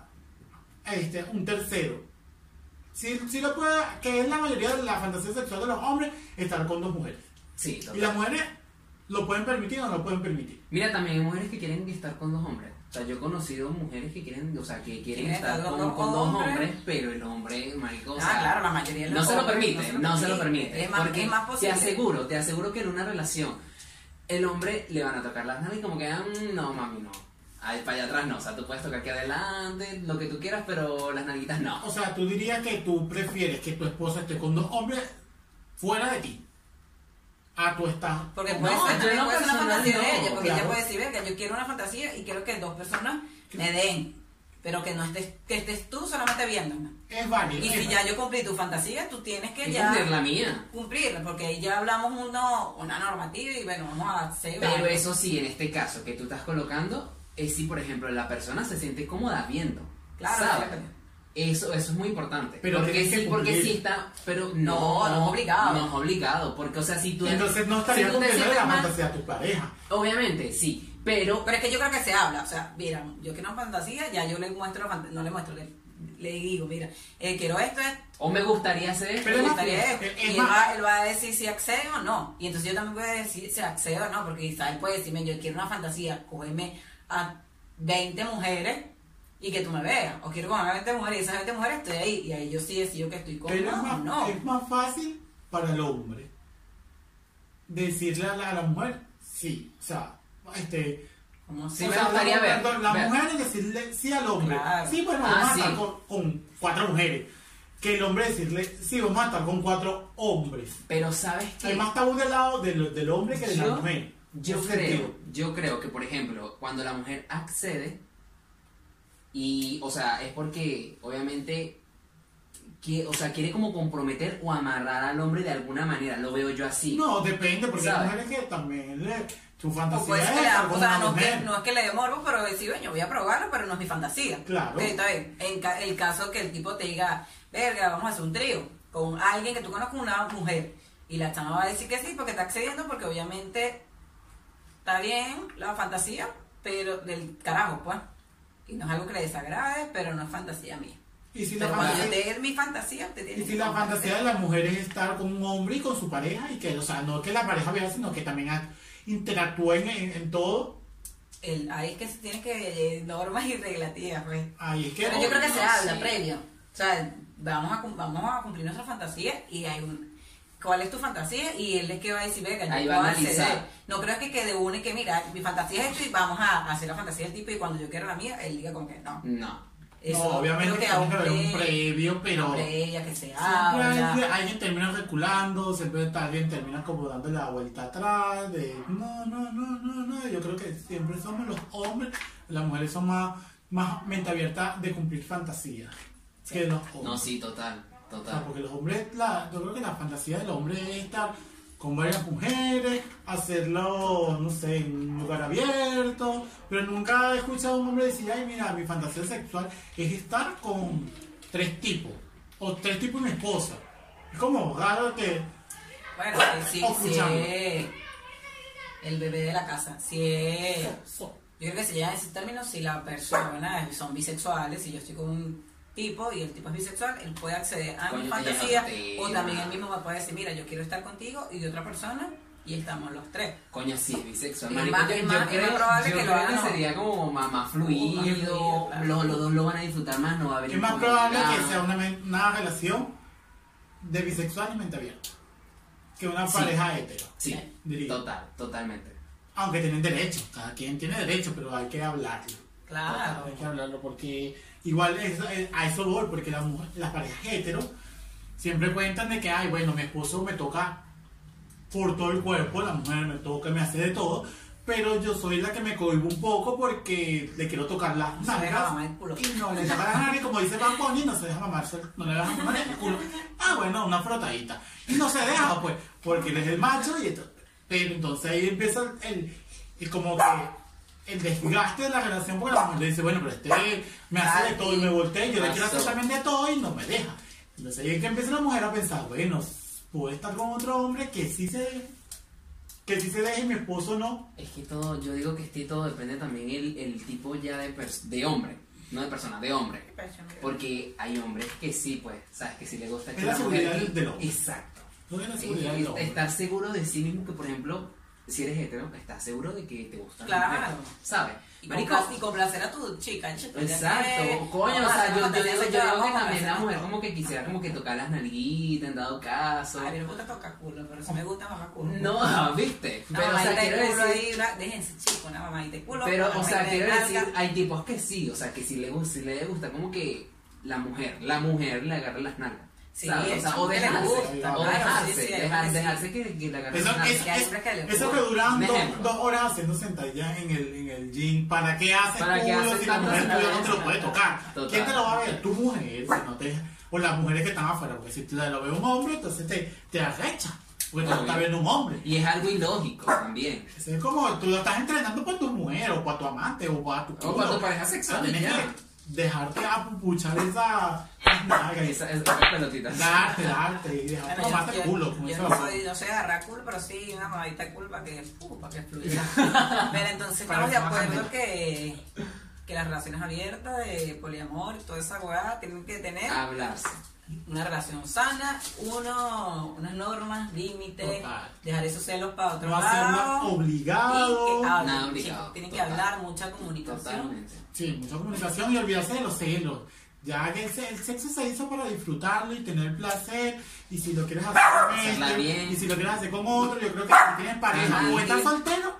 [SPEAKER 3] este, un tercero. Sí, sí lo puede, que es la mayoría de la fantasía sexual de los hombres, estar con dos mujeres.
[SPEAKER 2] Sí,
[SPEAKER 3] Y
[SPEAKER 2] total.
[SPEAKER 3] las mujeres lo pueden permitir o no lo pueden permitir.
[SPEAKER 2] Mira, también hay mujeres que quieren estar con dos hombres. O sea, yo he conocido mujeres que quieren, o sea, que quieren
[SPEAKER 1] Quieren
[SPEAKER 2] estar
[SPEAKER 1] estar
[SPEAKER 2] con,
[SPEAKER 1] con
[SPEAKER 2] con dos
[SPEAKER 1] hombres.
[SPEAKER 2] hombres, pero el hombre, marico, o
[SPEAKER 1] ah,
[SPEAKER 2] sea,
[SPEAKER 1] claro, la mayoría de
[SPEAKER 2] no
[SPEAKER 1] los
[SPEAKER 2] se lo
[SPEAKER 1] hombres
[SPEAKER 2] permite, no se lo permite.
[SPEAKER 1] Es más,
[SPEAKER 2] porque
[SPEAKER 1] es más posible.
[SPEAKER 2] Te aseguro, te aseguro que en una relación el hombre le van a tocar las nalgas y como que, "Ah, mm, no, mami, no. Ahí para allá atrás no, o sea, tú puedes tocar aquí adelante, lo que tú quieras, pero las nalguitas no.
[SPEAKER 3] O sea, tú dirías que tú prefieres que tu esposa esté con dos hombres fuera de ti. Ah, tú estás.
[SPEAKER 1] Porque
[SPEAKER 2] No,
[SPEAKER 1] puede ser,
[SPEAKER 2] yo
[SPEAKER 1] también
[SPEAKER 2] no
[SPEAKER 1] puede ser una
[SPEAKER 2] personal,
[SPEAKER 1] fantasía
[SPEAKER 2] no,
[SPEAKER 1] de ella, porque
[SPEAKER 3] claro.
[SPEAKER 1] ella puede decir, venga, yo quiero una fantasía y quiero que dos personas me den, pero que no estés, que estés tú solamente viéndome.
[SPEAKER 3] Es válido.
[SPEAKER 1] Y
[SPEAKER 3] es
[SPEAKER 1] si
[SPEAKER 3] válido.
[SPEAKER 1] ya yo cumplí tu fantasía, tú tienes que
[SPEAKER 2] Y
[SPEAKER 1] ya
[SPEAKER 2] cumplir la mía.
[SPEAKER 1] cumplirla, porque ahí ya hablamos uno, una normativa y bueno, vamos a hacer
[SPEAKER 2] Pero
[SPEAKER 1] algo.
[SPEAKER 2] eso sí, en este caso que tú estás colocando, es si, por ejemplo, la persona se siente cómoda viendo.
[SPEAKER 1] Claro,
[SPEAKER 2] ¿sabes?
[SPEAKER 1] claro.
[SPEAKER 2] Eso, eso es muy importante.
[SPEAKER 3] Pero
[SPEAKER 2] porque
[SPEAKER 3] tienes que
[SPEAKER 2] sí, porque
[SPEAKER 3] cumplir.
[SPEAKER 2] sí está. Pero
[SPEAKER 1] No,
[SPEAKER 2] no,
[SPEAKER 1] no es obligado.
[SPEAKER 2] No es obligado. Porque, o sea, si tú.
[SPEAKER 3] Entonces no
[SPEAKER 2] si
[SPEAKER 3] estaría
[SPEAKER 2] tú te
[SPEAKER 3] cumpliendo la
[SPEAKER 2] sientes mal-
[SPEAKER 3] fantasía a tu pareja.
[SPEAKER 2] Obviamente, sí. Pero
[SPEAKER 1] Pero es que yo creo que se habla, o sea, mira, yo quiero una fantasía, ya yo le muestro, la fant- no le muestro, le, le digo, mira, eh, quiero esto, esto,
[SPEAKER 2] O me gustaría hacer esto.
[SPEAKER 3] Pero
[SPEAKER 1] me
[SPEAKER 3] es
[SPEAKER 1] gustaría
[SPEAKER 3] más-
[SPEAKER 1] esto.
[SPEAKER 3] es
[SPEAKER 1] y él
[SPEAKER 3] más-
[SPEAKER 1] va, él va a decir si accedo o no. Y entonces yo también puedo decir si accedo o no, porque quizás él puede decirme, yo quiero una fantasía, cógeme a 20 mujeres y que tú me veas. O quiero coger a 20 mujeres y esas 20 mujeres estoy ahí. Y ahí yo sí decido que estoy
[SPEAKER 3] Pero
[SPEAKER 1] cómoda
[SPEAKER 3] es
[SPEAKER 1] o
[SPEAKER 3] más,
[SPEAKER 1] no.
[SPEAKER 3] es más fácil para el hombre decirle a la, a la mujer, sí, o sea, este...
[SPEAKER 1] Como si
[SPEAKER 2] Sí,
[SPEAKER 3] o
[SPEAKER 2] me
[SPEAKER 3] sea, la-
[SPEAKER 2] gustaría ver,
[SPEAKER 3] La, la
[SPEAKER 2] ver.
[SPEAKER 3] mujer decirle sí al hombre.
[SPEAKER 1] Claro.
[SPEAKER 3] Sí, bueno,
[SPEAKER 2] Ah,
[SPEAKER 3] vamos a
[SPEAKER 2] sí.
[SPEAKER 3] estar con, con cuatro mujeres. Que el hombre decirle, sí, vamos a estar con cuatro hombres.
[SPEAKER 2] Pero sabes
[SPEAKER 3] Hay
[SPEAKER 2] qué?
[SPEAKER 3] más tabú del lado del, del hombre que de la
[SPEAKER 2] Yo-
[SPEAKER 3] mujer.
[SPEAKER 2] Yo
[SPEAKER 3] En ese
[SPEAKER 2] creo,
[SPEAKER 3] sentido.
[SPEAKER 2] yo creo que, por ejemplo, cuando la mujer accede, y, o sea, es porque, obviamente, que, o sea, quiere como comprometer o amarrar al hombre de alguna manera, lo veo yo así.
[SPEAKER 3] No, depende, porque hay
[SPEAKER 2] ¿Sabes?
[SPEAKER 3] mujeres que también le, su
[SPEAKER 1] O
[SPEAKER 3] fantasía
[SPEAKER 1] puede ser
[SPEAKER 3] es
[SPEAKER 1] Pues que le
[SPEAKER 3] estar
[SPEAKER 1] da-
[SPEAKER 3] con
[SPEAKER 1] o sea,
[SPEAKER 3] una
[SPEAKER 1] no, que,
[SPEAKER 3] mujer.
[SPEAKER 1] no es que le dé morbo, pero decir, bueno, voy a probarlo, pero no es mi fantasía.
[SPEAKER 3] Claro.
[SPEAKER 1] Ok, está bien. En ca- el caso que el tipo te diga, verga, vamos a hacer un trío con alguien que tú conozcas, una mujer. Y la chama va a decir que sí, porque está accediendo, porque obviamente está bien la fantasía, pero del carajo, pues. Y no es algo que le desagrade, pero no es fantasía mía.
[SPEAKER 3] Y si la
[SPEAKER 1] pero cuando
[SPEAKER 3] fantasía-
[SPEAKER 1] yo te dé mi fantasía, te
[SPEAKER 3] Y
[SPEAKER 1] tienes
[SPEAKER 3] si
[SPEAKER 1] que
[SPEAKER 3] la
[SPEAKER 1] complacer.
[SPEAKER 3] fantasía de la mujer es estar con un hombre y con su pareja, y que, o sea, no que la pareja vea, sino que también ha- interactúen en, en todo,
[SPEAKER 1] El- ahí es que se tienen que eh, normas y reglativas, pues.
[SPEAKER 3] ahí es que.
[SPEAKER 1] Pero yo creo que
[SPEAKER 2] no,
[SPEAKER 1] se habla
[SPEAKER 2] sí.
[SPEAKER 1] previo. O sea, vamos a, cum- vamos a cumplir nuestra fantasía y hay un... ¿Cuál es tu fantasía? Y él es que va a decir, venga,
[SPEAKER 2] Ahí
[SPEAKER 1] yo
[SPEAKER 2] va a
[SPEAKER 1] puedo
[SPEAKER 2] analizar.
[SPEAKER 1] acceder. No creo que quede uno y que, mira, mi fantasía es esto y vamos a hacer la fantasía del tipo y cuando yo quiera la mía, él diga como que no.
[SPEAKER 2] No.
[SPEAKER 1] Eso
[SPEAKER 3] no,
[SPEAKER 1] creo
[SPEAKER 3] obviamente
[SPEAKER 1] que
[SPEAKER 3] tiene que haber un
[SPEAKER 1] pre-
[SPEAKER 3] previo, pero.
[SPEAKER 1] pre- ella que se
[SPEAKER 3] Siempre hay-
[SPEAKER 1] habla.
[SPEAKER 3] alguien termina reculando, siempre alguien termina como dando la vuelta atrás, de no, no, no, no, no. Yo creo que siempre somos los hombres, las mujeres son más, más mente abierta de cumplir fantasías que los hombres.
[SPEAKER 2] No, sí, total,
[SPEAKER 3] O sea,
[SPEAKER 2] total.
[SPEAKER 3] porque los hombres, la, yo creo que la fantasía del hombre es estar con varias mujeres, hacerlo, no sé, en un lugar abierto, pero nunca he escuchado a un hombre decir, ay, mira, mi fantasía sexual es estar con tres tipos, o tres tipos y mi esposa. Es como raro que...
[SPEAKER 1] Bueno, sí,
[SPEAKER 3] O
[SPEAKER 1] sí,
[SPEAKER 3] escuchando.
[SPEAKER 1] sí. El bebé de la casa. Sí.
[SPEAKER 3] so, so.
[SPEAKER 1] Yo creo que se llega a ese término si la persona es- son bisexuales, si yo estoy con un tipo y el tipo es bisexual, él puede acceder a mi
[SPEAKER 2] Coño,
[SPEAKER 1] fantasía
[SPEAKER 2] te
[SPEAKER 1] o
[SPEAKER 2] llamaste.
[SPEAKER 1] también él mismo me puede decir, mira, yo quiero estar contigo y de otra persona y estamos los tres.
[SPEAKER 2] Coño, sí, es bisexual.
[SPEAKER 1] Es
[SPEAKER 2] marico.
[SPEAKER 1] más-
[SPEAKER 2] yo,
[SPEAKER 1] es
[SPEAKER 2] yo
[SPEAKER 1] más- es
[SPEAKER 2] creo,
[SPEAKER 1] más probable
[SPEAKER 2] yo
[SPEAKER 1] que lo
[SPEAKER 2] creo
[SPEAKER 1] hagan, ¿no?
[SPEAKER 2] sería como más, más
[SPEAKER 1] Más fluido,
[SPEAKER 2] fluido,
[SPEAKER 1] claro.
[SPEAKER 2] los, los dos lo van a disfrutar más, no va a haber
[SPEAKER 3] Es más
[SPEAKER 2] incomodidad.
[SPEAKER 3] probable que sea una, men- una relación de bisexual y mente abierta que una
[SPEAKER 2] Sí.
[SPEAKER 3] pareja hetero.
[SPEAKER 2] Sí,
[SPEAKER 3] Diría.
[SPEAKER 2] total, totalmente.
[SPEAKER 3] Aunque tienen derecho, cada quien tiene derecho, pero hay que hablarlo.
[SPEAKER 1] Claro.
[SPEAKER 3] Hay que hablarlo porque igual es, eh, a eso voy, porque las mu- las parejas hetero siempre cuentan de que, ay, bueno, mi esposo me toca por todo el cuerpo, la mujer me toca, me hace de todo, pero yo soy la que me cohibo un poco porque le quiero tocar las
[SPEAKER 1] Se deja
[SPEAKER 3] nalgas.
[SPEAKER 1] mamar el culo.
[SPEAKER 3] Y no le toca las nalgas, y como dice Bad Bunny, no se deja mamarse, el- no le deja mamar el culo. Ah, bueno, una frotadita. Y no se deja, pues, porque él es el macho y esto. Pero entonces ahí empieza el, el como que el desgaste de la relación porque la mujer le dice, bueno, pero este me hace de todo y me voltea y yo le quiero hacer también de todo y no me deja. Entonces ahí es que empieza la mujer a pensar, bueno, puedo estar con otro hombre que sí se que sí se deje y mi esposo no.
[SPEAKER 2] Es que todo, yo digo que este todo depende también el, el tipo ya de, pers- de hombre, no de persona, de hombre. Porque hay hombres que sí, pues, sabes que sí le gusta
[SPEAKER 3] Es
[SPEAKER 2] que
[SPEAKER 3] la seguridad
[SPEAKER 2] mujer-
[SPEAKER 3] del- del hombre.
[SPEAKER 2] Exacto.
[SPEAKER 3] No es la
[SPEAKER 2] Es-
[SPEAKER 3] seguridad del
[SPEAKER 2] es-
[SPEAKER 3] hombre.
[SPEAKER 2] estar seguro de sí mismo que, por ejemplo, si eres hetero, estás seguro de que te gustan las
[SPEAKER 1] Claro.
[SPEAKER 2] mujeres, ¿sabes?
[SPEAKER 1] Y, Eh,
[SPEAKER 2] Marico,
[SPEAKER 1] compla- y complacer a tu chica, chico, ya que-
[SPEAKER 2] Exacto, coño,
[SPEAKER 1] no,
[SPEAKER 2] o sea,
[SPEAKER 1] no, no, no, no,
[SPEAKER 2] yo, yo, digo, yo
[SPEAKER 1] no,
[SPEAKER 2] digo que
[SPEAKER 1] no,
[SPEAKER 2] también
[SPEAKER 1] no,
[SPEAKER 2] la mujer
[SPEAKER 1] no.
[SPEAKER 2] como que quisiera como que tocar las nalguitas, en dado caso.
[SPEAKER 1] Ay, no me gusta tocar culo, pero sí me gusta mamá culo.
[SPEAKER 2] No, viste,
[SPEAKER 1] Una
[SPEAKER 2] pero o sea,
[SPEAKER 1] mamadita de
[SPEAKER 2] quiero
[SPEAKER 1] culo
[SPEAKER 2] decir,
[SPEAKER 1] ahí, una- déjense chico, una mamadita de culo.
[SPEAKER 2] pero
[SPEAKER 1] una
[SPEAKER 2] o sea,
[SPEAKER 1] mamadita de
[SPEAKER 2] quiero
[SPEAKER 1] nalga.
[SPEAKER 2] decir, hay tipos que sí, o sea, que si le gusta, si le gusta como que la mujer, la mujer le agarra las nalgas.
[SPEAKER 1] Sí,
[SPEAKER 2] ¿sabes? O sea, o
[SPEAKER 1] que le
[SPEAKER 2] dejarse,
[SPEAKER 1] gusta,
[SPEAKER 2] o
[SPEAKER 1] claro,
[SPEAKER 2] dejarse,
[SPEAKER 1] sí, sí, hay
[SPEAKER 2] dejar-
[SPEAKER 1] que sí.
[SPEAKER 2] dejarse que, que le agarre
[SPEAKER 3] Eso,
[SPEAKER 2] las nalgas.
[SPEAKER 3] eso,
[SPEAKER 1] que hay hombres que les
[SPEAKER 3] eso, eso que
[SPEAKER 1] gusta.
[SPEAKER 3] duran
[SPEAKER 2] Un
[SPEAKER 3] dos,
[SPEAKER 2] ejemplo.
[SPEAKER 3] dos horas haciendo sentadillas en el, en el gym, ¿para qué haces
[SPEAKER 2] ¿Para qué
[SPEAKER 3] culo
[SPEAKER 2] haces
[SPEAKER 3] si la
[SPEAKER 2] tantas
[SPEAKER 3] mujer tuya no te
[SPEAKER 2] sentadillas?
[SPEAKER 3] lo puede tocar?
[SPEAKER 2] Total.
[SPEAKER 3] ¿Quién te lo va a ver? Tu mujer, si no te, o las mujeres que están afuera, porque si te lo ve un hombre, entonces te, te arrecha, porque te lo está
[SPEAKER 2] Obvio.
[SPEAKER 3] viendo un hombre.
[SPEAKER 2] Y es algo ilógico también.
[SPEAKER 3] Es como tú lo estás entrenando para tu mujer, o para tu amante, o para tu
[SPEAKER 2] O
[SPEAKER 3] culo.
[SPEAKER 2] para tu pareja
[SPEAKER 3] O sea,
[SPEAKER 2] sexual. y
[SPEAKER 3] tienes
[SPEAKER 2] ya.
[SPEAKER 3] que dejarte apupuchar esa esas nalgas,
[SPEAKER 2] Esa, esa, esas pelotitas.
[SPEAKER 3] darte, darte, y dejarte
[SPEAKER 1] Bueno, yo-
[SPEAKER 3] tomarte
[SPEAKER 1] yo-
[SPEAKER 3] el culo con
[SPEAKER 1] yo
[SPEAKER 3] esa
[SPEAKER 1] no
[SPEAKER 3] vaina.
[SPEAKER 1] soy, no soy agarrar culo, pero sí una mamadita de culo para que, uh, para que fluya. Pero entonces
[SPEAKER 3] Para
[SPEAKER 1] estamos de
[SPEAKER 3] que
[SPEAKER 1] acuerdo
[SPEAKER 3] bajen.
[SPEAKER 1] que, que las relaciones abiertas de poliamor y toda esa weá tienen que tener
[SPEAKER 2] Hablarse.
[SPEAKER 1] una relación sana, uno, unas normas, límites,
[SPEAKER 3] Total.
[SPEAKER 1] dejar esos celos para otro
[SPEAKER 3] No hacerlo
[SPEAKER 1] lado. Y
[SPEAKER 3] obligado.
[SPEAKER 1] que hablen,
[SPEAKER 2] Nada obligado,
[SPEAKER 1] chicos, tienen que
[SPEAKER 2] total.
[SPEAKER 1] hablar, mucha comunicación.
[SPEAKER 2] Totalmente.
[SPEAKER 3] Sí, mucha comunicación y olvidarse de los celos. Ya que el, se- el sexo se hizo para disfrutarlo y tener placer. Y si lo quieres hacer con
[SPEAKER 2] Hacerla
[SPEAKER 3] este,
[SPEAKER 2] bien.
[SPEAKER 3] y si lo quieres hacer con otro, yo creo que si tienes pareja
[SPEAKER 2] Ajá,
[SPEAKER 3] o estás
[SPEAKER 2] sí.
[SPEAKER 3] soltero,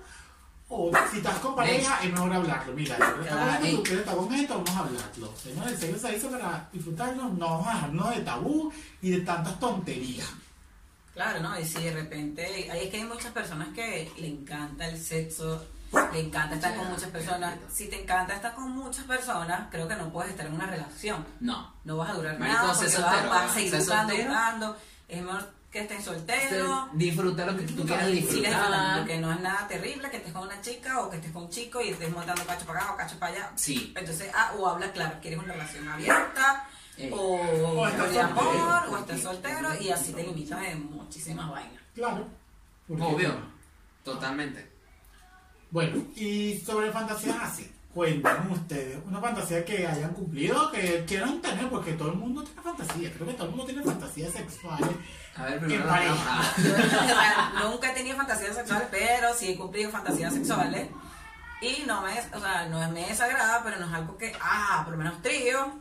[SPEAKER 3] o si estás con pareja, es mejor hablarlo. Mira, yo creo que
[SPEAKER 1] Claro,
[SPEAKER 3] hablando,
[SPEAKER 2] ey.
[SPEAKER 3] tú quieres estar con esto, vamos a hablarlo. Señor, el sexo se hizo para disfrutarlo, no vamos a dejarnos de tabú y de tantas tonterías.
[SPEAKER 1] Claro, ¿no? Y si de repente, ahí es que hay muchas personas que le encanta el sexo, le encanta estar con muchas personas. Si te encanta estar con muchas personas, creo que no puedes estar en una relación.
[SPEAKER 2] No.
[SPEAKER 1] No vas a durar
[SPEAKER 2] Marico,
[SPEAKER 1] nada
[SPEAKER 2] sé
[SPEAKER 1] porque vas,
[SPEAKER 2] soltero,
[SPEAKER 1] vas a
[SPEAKER 2] ¿no?
[SPEAKER 1] seguir
[SPEAKER 2] Sé
[SPEAKER 1] buscando,
[SPEAKER 2] soltero.
[SPEAKER 1] buscando. Es mejor que estés soltero.
[SPEAKER 2] Disfruta lo que tú quieras
[SPEAKER 1] Sigues disfrutando,
[SPEAKER 2] disfrutar.
[SPEAKER 1] que no es nada terrible que estés con una chica o que estés con un chico y estés montando cacho para acá o cacho para allá.
[SPEAKER 2] Sí.
[SPEAKER 1] Entonces, ah, o habla claro, quieres una relación abierta,
[SPEAKER 2] Ey.
[SPEAKER 1] o,
[SPEAKER 3] O estás
[SPEAKER 1] de amor,
[SPEAKER 2] soltero.
[SPEAKER 1] o estás soltero, y así te limitas de muchísimas vainas.
[SPEAKER 3] Claro. porque-
[SPEAKER 2] Obvio. Totalmente.
[SPEAKER 3] Bueno, y sobre fantasías así, cuentan ustedes, una fantasía que hayan cumplido, que quieran tener, porque todo el mundo tiene fantasía, creo que todo el mundo tiene fantasías sexuales.
[SPEAKER 2] A ver,
[SPEAKER 3] En
[SPEAKER 2] primero ah, la
[SPEAKER 3] pareja.
[SPEAKER 2] pareja.
[SPEAKER 1] Yo, o sea, nunca he tenido fantasías sexuales, pero sí he cumplido fantasías sexuales. Y no me, o sea, no me desagrada, pero no es algo que, ah, por lo menos trío.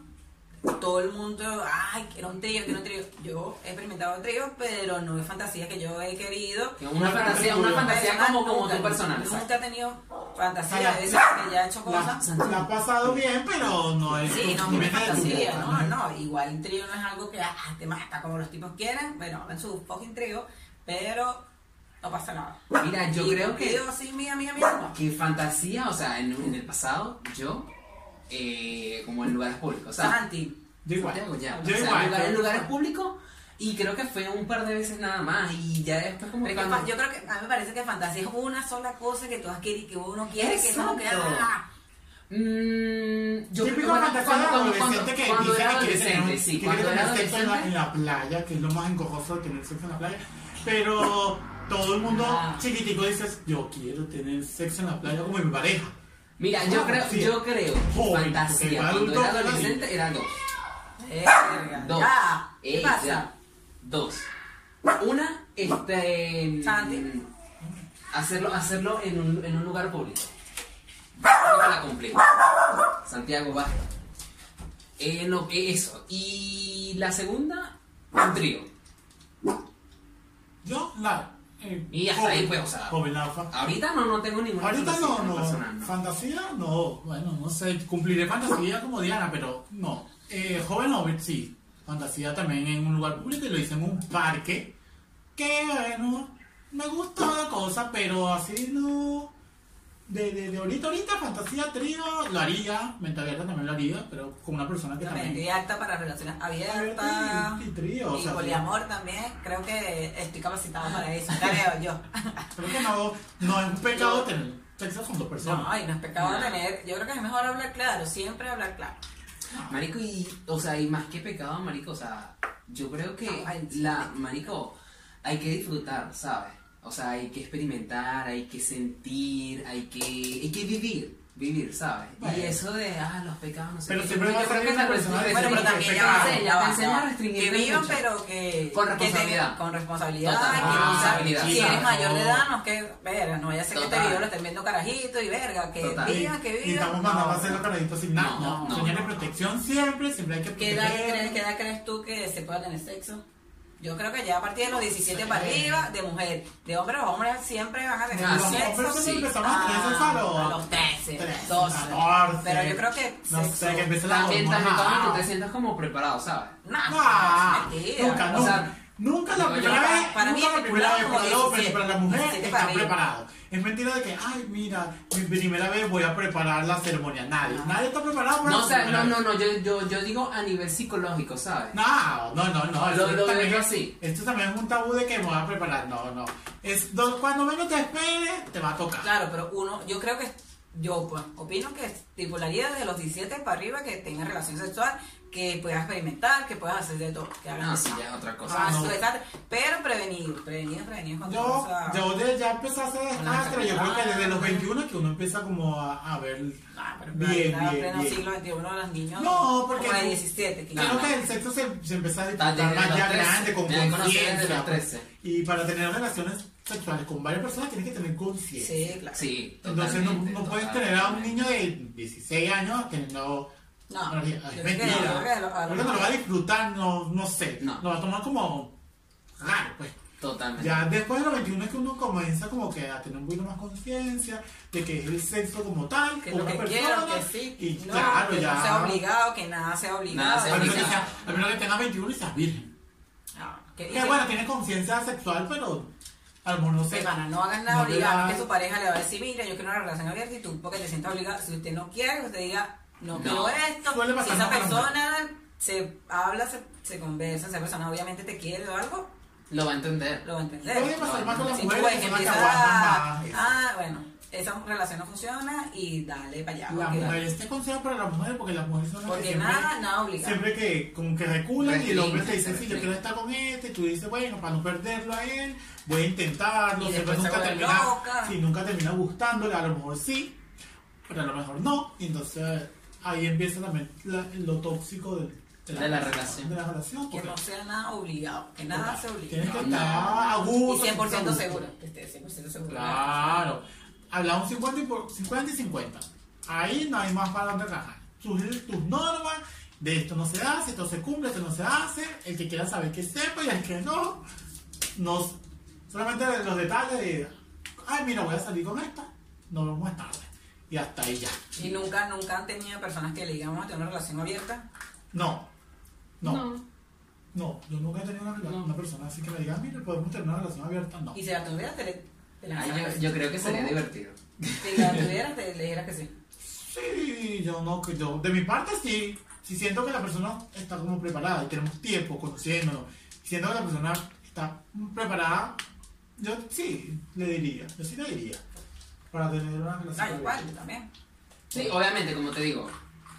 [SPEAKER 1] Todo el mundo, ay, quiero un trío, quiero un trío. Yo he experimentado trío, pero no es fantasía que yo he querido.
[SPEAKER 2] Una fantasía, una fantasía como, como
[SPEAKER 1] Nunca,
[SPEAKER 2] tu personal.
[SPEAKER 1] Nunca
[SPEAKER 2] exacto.
[SPEAKER 1] he tenido fantasía
[SPEAKER 3] Para-
[SPEAKER 1] de esas que ya he hecho
[SPEAKER 3] La,
[SPEAKER 1] cosas.
[SPEAKER 3] la has pasado bien, pero no es
[SPEAKER 1] Sí, no,
[SPEAKER 3] no
[SPEAKER 1] una
[SPEAKER 3] viene de tu
[SPEAKER 1] fantasía,
[SPEAKER 3] boca,
[SPEAKER 1] no, no. Igual el trío no es algo que ah, te mata como los tipos quieren. Bueno, hablan su fucking trío, pero no pasa nada.
[SPEAKER 2] Mira, yo
[SPEAKER 1] Y
[SPEAKER 2] creo que.
[SPEAKER 1] Yo sí, mía, mía, mía. no.
[SPEAKER 2] que fantasía, o sea, en, en el pasado, yo, eh, como en lugares públicos, o sea,
[SPEAKER 1] Santi.
[SPEAKER 3] Yo igual.
[SPEAKER 2] Santiago ya, o
[SPEAKER 3] Ah, Yo
[SPEAKER 2] sea,
[SPEAKER 3] igual,
[SPEAKER 2] lugar-
[SPEAKER 3] yo-
[SPEAKER 2] en lugares públicos, y creo que fue un par de veces nada más, y ya después como
[SPEAKER 1] pero es que
[SPEAKER 2] cuando-
[SPEAKER 1] fa- yo creo que a mí me parece que fantasía es una sola cosa que tú adquieres y que uno quiere que ah, no queda
[SPEAKER 2] Exacto.
[SPEAKER 1] nada.
[SPEAKER 2] Mm, yo
[SPEAKER 3] Típico
[SPEAKER 2] bueno,
[SPEAKER 3] fantasía
[SPEAKER 2] cuando-
[SPEAKER 3] de
[SPEAKER 2] cuando-
[SPEAKER 3] adolescente que
[SPEAKER 2] cuando
[SPEAKER 3] dice
[SPEAKER 2] era
[SPEAKER 3] que quiere tener, un-
[SPEAKER 2] adolescente, sí,
[SPEAKER 3] que
[SPEAKER 2] cuando
[SPEAKER 3] quiere
[SPEAKER 2] era
[SPEAKER 3] tener sexo en la, en
[SPEAKER 2] adolescente,
[SPEAKER 3] la playa, que es lo más encojoso de tener sexo en la playa, pero todo el mundo
[SPEAKER 1] Ah.
[SPEAKER 3] chiquitico dices, yo quiero tener sexo en la playa como mi pareja.
[SPEAKER 2] mira, yo
[SPEAKER 3] Ah,
[SPEAKER 2] creo,
[SPEAKER 3] sí.
[SPEAKER 2] yo creo,
[SPEAKER 3] Joven, porque
[SPEAKER 2] fantasía, cuando
[SPEAKER 3] adulto,
[SPEAKER 2] era adolescente era dos,
[SPEAKER 1] Eh,
[SPEAKER 2] dos,
[SPEAKER 1] ya. ¿Qué
[SPEAKER 2] eh,
[SPEAKER 1] pasa?
[SPEAKER 2] ya, dos, una, este,
[SPEAKER 1] Santi.
[SPEAKER 2] hacerlo, hacerlo en un, en un lugar público. Yo la cumplí. Santiago Vázquez. Eh, no, eh, eso. Y la segunda, un trío.
[SPEAKER 3] Yo, la. eh,
[SPEAKER 2] Y hasta
[SPEAKER 3] joven,
[SPEAKER 2] ahí, pues, o sea.
[SPEAKER 3] Joven alfa.
[SPEAKER 2] Ahorita no, no tengo ninguna
[SPEAKER 3] Ahorita
[SPEAKER 2] fantasía
[SPEAKER 3] no, no.
[SPEAKER 2] personal, ¿no?
[SPEAKER 3] Fantasía, no. Bueno, no sé. Cumpliré fantasía como Diana, pero no. Eh, joven Obed, sí. Fantasía también en un lugar público y lo hice en un parque. Que bueno, me gusta la cosa, pero así no. De, de, de ahorita, ahorita, fantasía, trío, lo haría. Mente abierta también lo haría, pero con una persona que
[SPEAKER 1] También estoy
[SPEAKER 3] también.
[SPEAKER 1] acta para relaciones abiertas.
[SPEAKER 3] Abierta y- y trío, o
[SPEAKER 1] Y
[SPEAKER 3] sea,
[SPEAKER 1] poliamor también. Creo que estoy capacitado para eso. Creo yo.
[SPEAKER 3] Creo que no, no es un pecado tener sexo con dos personas.
[SPEAKER 1] No, ay, no es pecado
[SPEAKER 2] No.
[SPEAKER 1] tener. Yo creo que es mejor hablar claro, siempre hablar claro.
[SPEAKER 2] Marico, y, o sea, y más que pecado, marico, o sea, yo creo que
[SPEAKER 1] Ay, sí.
[SPEAKER 2] la, marico, hay que disfrutar, ¿sabes? O sea, hay que experimentar, hay que sentir, hay que, hay que vivir. vivir, ¿sabes? Y
[SPEAKER 3] Bueno.
[SPEAKER 2] eso de, ah, los pecados no sé
[SPEAKER 3] Pero
[SPEAKER 2] qué.
[SPEAKER 3] siempre
[SPEAKER 2] Yo
[SPEAKER 3] va a
[SPEAKER 2] creo
[SPEAKER 3] salir
[SPEAKER 2] que
[SPEAKER 3] una
[SPEAKER 2] te
[SPEAKER 3] persona
[SPEAKER 2] restringe-
[SPEAKER 1] Bueno, pero también ya
[SPEAKER 2] te
[SPEAKER 1] va,
[SPEAKER 2] enseña,
[SPEAKER 1] ya va,
[SPEAKER 2] te enseña
[SPEAKER 1] ya va.
[SPEAKER 2] a restringir.
[SPEAKER 1] Que vivan,
[SPEAKER 2] mucho.
[SPEAKER 1] pero que.
[SPEAKER 2] Con
[SPEAKER 1] que tengan-
[SPEAKER 2] responsabilidad.
[SPEAKER 1] con responsabilidad.
[SPEAKER 2] Total.
[SPEAKER 1] que
[SPEAKER 3] Ah,
[SPEAKER 1] no sabes-
[SPEAKER 2] responsabilidad.
[SPEAKER 1] si eres
[SPEAKER 3] Claro.
[SPEAKER 1] mayor de edad, no que. Verga, no vaya a ser que este
[SPEAKER 2] Total.
[SPEAKER 1] video lo estén viendo carajito y verga. Que
[SPEAKER 2] Total.
[SPEAKER 1] vivan, que
[SPEAKER 3] Y
[SPEAKER 1] vivan.
[SPEAKER 3] estamos
[SPEAKER 1] No.
[SPEAKER 3] mandando a hacer los caraditos sin nada.
[SPEAKER 2] No,
[SPEAKER 3] No,
[SPEAKER 2] no,
[SPEAKER 3] Señores,
[SPEAKER 2] no.
[SPEAKER 3] protección siempre, siempre hay que
[SPEAKER 1] ¿Qué edad,
[SPEAKER 3] proteger.
[SPEAKER 1] crees, ¿Qué edad crees tú que se pueda tener sexo? Yo creo que ya a partir de los 17 para arriba, de mujer. De hombre, los hombres siempre van a tener
[SPEAKER 2] Ah,
[SPEAKER 3] Los
[SPEAKER 2] sí.
[SPEAKER 1] sexo.
[SPEAKER 3] hombres
[SPEAKER 2] sí.
[SPEAKER 3] siempre empezamos a tener sexo
[SPEAKER 1] Ah,
[SPEAKER 3] a los-
[SPEAKER 1] a los 13,
[SPEAKER 3] 13,
[SPEAKER 1] 12.
[SPEAKER 3] 14.
[SPEAKER 1] Pero yo creo que
[SPEAKER 3] No
[SPEAKER 1] sexo-
[SPEAKER 3] sé, que empieza la
[SPEAKER 2] También,
[SPEAKER 3] hormona.
[SPEAKER 2] también, cuando tú te sientas como preparado, ¿sabes?
[SPEAKER 1] Nah,
[SPEAKER 3] Ah,
[SPEAKER 1] es mentira.
[SPEAKER 3] Nunca,
[SPEAKER 2] O
[SPEAKER 3] nunca.
[SPEAKER 2] sea,
[SPEAKER 3] nunca la
[SPEAKER 2] digo yo,
[SPEAKER 3] primera
[SPEAKER 1] para-
[SPEAKER 3] vez,
[SPEAKER 1] para mí
[SPEAKER 3] nunca la
[SPEAKER 1] es
[SPEAKER 3] primera vez
[SPEAKER 1] como
[SPEAKER 3] para el hombre,
[SPEAKER 1] 17,
[SPEAKER 3] pero la mujer
[SPEAKER 1] 17 para
[SPEAKER 3] está
[SPEAKER 1] arriba.
[SPEAKER 3] preparado. Es mentira de que, ay, mira, mi primera vez voy a preparar la ceremonia. Nadie, nadie está preparado para
[SPEAKER 2] No,
[SPEAKER 3] la
[SPEAKER 2] o sea,
[SPEAKER 3] primera
[SPEAKER 2] no,
[SPEAKER 3] vez.
[SPEAKER 2] no, no, yo, yo, yo digo a nivel psicológico, ¿sabes?
[SPEAKER 3] No, no, no, no.
[SPEAKER 2] Lo- lo
[SPEAKER 3] también
[SPEAKER 2] veo
[SPEAKER 3] es-
[SPEAKER 2] así.
[SPEAKER 3] Esto también es un tabú de que me voy a preparar. No, no. Es do- cuando menos te esperes, te va a tocar.
[SPEAKER 1] Claro, pero uno, yo creo que, yo pues, opino que estipularía desde los 17 para arriba que tengas relación sexual, que puedas experimentar, que puedas hacer de todo, que hagas
[SPEAKER 2] No,
[SPEAKER 1] de
[SPEAKER 2] sí,
[SPEAKER 1] todo.
[SPEAKER 2] ya es otra cosa.
[SPEAKER 1] Ah,
[SPEAKER 3] no.
[SPEAKER 1] eso, exacto. Pero prevenido, prevenido, prevenido cuando
[SPEAKER 3] Yo,
[SPEAKER 1] vas a-
[SPEAKER 3] yo de- ya empecé a hacer desastre. Yo creo que desde los
[SPEAKER 1] enfermedad.
[SPEAKER 3] 21 que uno empieza como a, a ver.
[SPEAKER 1] Ah, pero
[SPEAKER 3] bien,
[SPEAKER 1] en pleno
[SPEAKER 3] bien, bien.
[SPEAKER 1] siglo XXI los niños
[SPEAKER 3] No, porque-
[SPEAKER 1] como de 17, que
[SPEAKER 2] Ah,
[SPEAKER 3] Creo
[SPEAKER 2] no.
[SPEAKER 3] que el sexo se, se empezó a
[SPEAKER 2] Ah,
[SPEAKER 3] disfrutar
[SPEAKER 2] desde
[SPEAKER 3] más
[SPEAKER 2] los
[SPEAKER 3] ya
[SPEAKER 2] 13.
[SPEAKER 3] grande, con
[SPEAKER 2] Ya conocí desde los
[SPEAKER 3] conciencia. pues.
[SPEAKER 2] 13.
[SPEAKER 3] Y para tener relaciones sexuales con varias personas tienes que tener conciencia.
[SPEAKER 1] Sí, claro.
[SPEAKER 2] Sí,
[SPEAKER 3] Entonces no,
[SPEAKER 2] totalmente,
[SPEAKER 3] no puedes
[SPEAKER 2] totalmente.
[SPEAKER 3] tener a un niño de 16 años teniendo...
[SPEAKER 1] No,
[SPEAKER 3] Bueno, sí,
[SPEAKER 1] yo
[SPEAKER 3] ay,
[SPEAKER 1] creo que-
[SPEAKER 3] mentira.
[SPEAKER 1] yo creo que a lo- a lo-
[SPEAKER 3] Creo que te lo va a disfrutar, no, no sé.
[SPEAKER 2] No.
[SPEAKER 3] Lo va a tomar como raro, pues.
[SPEAKER 2] Totalmente.
[SPEAKER 3] Ya después de los 21 es que uno comienza como que a tener un poquito más conciencia de que es el sexo como tal,
[SPEAKER 1] que
[SPEAKER 3] con
[SPEAKER 1] lo
[SPEAKER 3] una
[SPEAKER 1] que
[SPEAKER 3] persona.
[SPEAKER 1] quiero, que sí,
[SPEAKER 3] y
[SPEAKER 1] no,
[SPEAKER 3] claro,
[SPEAKER 1] que
[SPEAKER 3] ya.
[SPEAKER 1] no sea obligado, que nada sea obligado.
[SPEAKER 2] Nada sea
[SPEAKER 3] Al menos que
[SPEAKER 2] obligado.
[SPEAKER 3] sea- al menos que tengas 21 y seas virgen.
[SPEAKER 1] Ah, que- y
[SPEAKER 3] Que
[SPEAKER 1] que-
[SPEAKER 3] bueno, tienes conciencia sexual, pero a lo mejor no sé.
[SPEAKER 1] Hermana, no hagas nada
[SPEAKER 3] No le
[SPEAKER 1] obligado,
[SPEAKER 3] hagas.
[SPEAKER 1] que su pareja le va a decir, mira, yo quiero una relación abierta y tú, porque te sientas obligado, si usted no quiere, usted diga, no,
[SPEAKER 2] No.
[SPEAKER 1] quiero esto,
[SPEAKER 3] Suele
[SPEAKER 1] si
[SPEAKER 3] pasar
[SPEAKER 1] esa
[SPEAKER 3] más con los
[SPEAKER 1] persona se habla, se, se conversa, esa persona obviamente te quiere o algo,
[SPEAKER 2] Lo va a entender.
[SPEAKER 1] lo va a entender.
[SPEAKER 3] Puede pasar más con las
[SPEAKER 1] Si tú ves
[SPEAKER 3] mujeres
[SPEAKER 1] que
[SPEAKER 3] que son las que
[SPEAKER 1] empieza
[SPEAKER 3] aguantan más.
[SPEAKER 1] ah, bueno, esa relación no funciona y dale para allá.
[SPEAKER 3] Las
[SPEAKER 1] porque-
[SPEAKER 3] mujeres, este consejo para las mujeres, porque las mujeres son las que
[SPEAKER 1] Porque
[SPEAKER 3] siempre,
[SPEAKER 1] nada, nada obligado.
[SPEAKER 3] siempre que como que reculan y el
[SPEAKER 2] Restringen,
[SPEAKER 3] hombre te
[SPEAKER 2] se
[SPEAKER 3] dice, sí, yo
[SPEAKER 2] restringen.
[SPEAKER 3] quiero estar con este, y tú dices, bueno, para no perderlo a él, voy a intentarlo,
[SPEAKER 1] Y
[SPEAKER 3] siempre
[SPEAKER 1] después se
[SPEAKER 3] nunca
[SPEAKER 1] vuelve
[SPEAKER 3] termina,
[SPEAKER 1] loca.
[SPEAKER 3] si nunca termina gustándole, a lo mejor sí, pero a lo mejor no, y entonces ahí empieza también la- lo tóxico de,
[SPEAKER 2] De la relación.
[SPEAKER 3] De la relación,
[SPEAKER 1] Que
[SPEAKER 3] porque
[SPEAKER 1] no sea nada obligado, que nada sea obligado.
[SPEAKER 3] tienes que
[SPEAKER 2] No,
[SPEAKER 3] estar
[SPEAKER 2] no.
[SPEAKER 3] a
[SPEAKER 1] Y
[SPEAKER 3] gusto.
[SPEAKER 1] 100%
[SPEAKER 3] a gusto.
[SPEAKER 1] seguro, que esté 100% seguro.
[SPEAKER 3] Claro. Hablamos 50 y, por, 50 y 50. Ahí no hay más para dónde rajar. Tus, tus normas, de esto no se hace, esto se cumple, esto no se hace. El que quiera saber que sepa y el que no, no. Solamente los detalles de, ay, mira, voy a salir con esta, nos vemos más tarde. Y hasta ahí ya.
[SPEAKER 1] Y nunca, nunca han tenido personas que le digan, vamos a tener una relación abierta.
[SPEAKER 3] No. No. No, yo nunca he tenido una, rela- una persona así que me diga, mira, podemos tener una relación abierta. No.
[SPEAKER 1] Y si la tuvieras, te, le- te la
[SPEAKER 2] Ay,
[SPEAKER 1] sacas.
[SPEAKER 2] yo, yo creo que sería
[SPEAKER 3] ¿Cómo?
[SPEAKER 2] divertido.
[SPEAKER 1] Si la tuvieras, te le dijeras que sí.
[SPEAKER 3] Sí, yo no, que yo, de mi parte sí, sí siento que la persona está como preparada y tenemos tiempo conociéndonos, siento que la persona está preparada, yo sí le diría, yo sí le diría, para tener una relación.
[SPEAKER 1] Ah, igual, yo también.
[SPEAKER 2] Sí, obviamente, como te digo,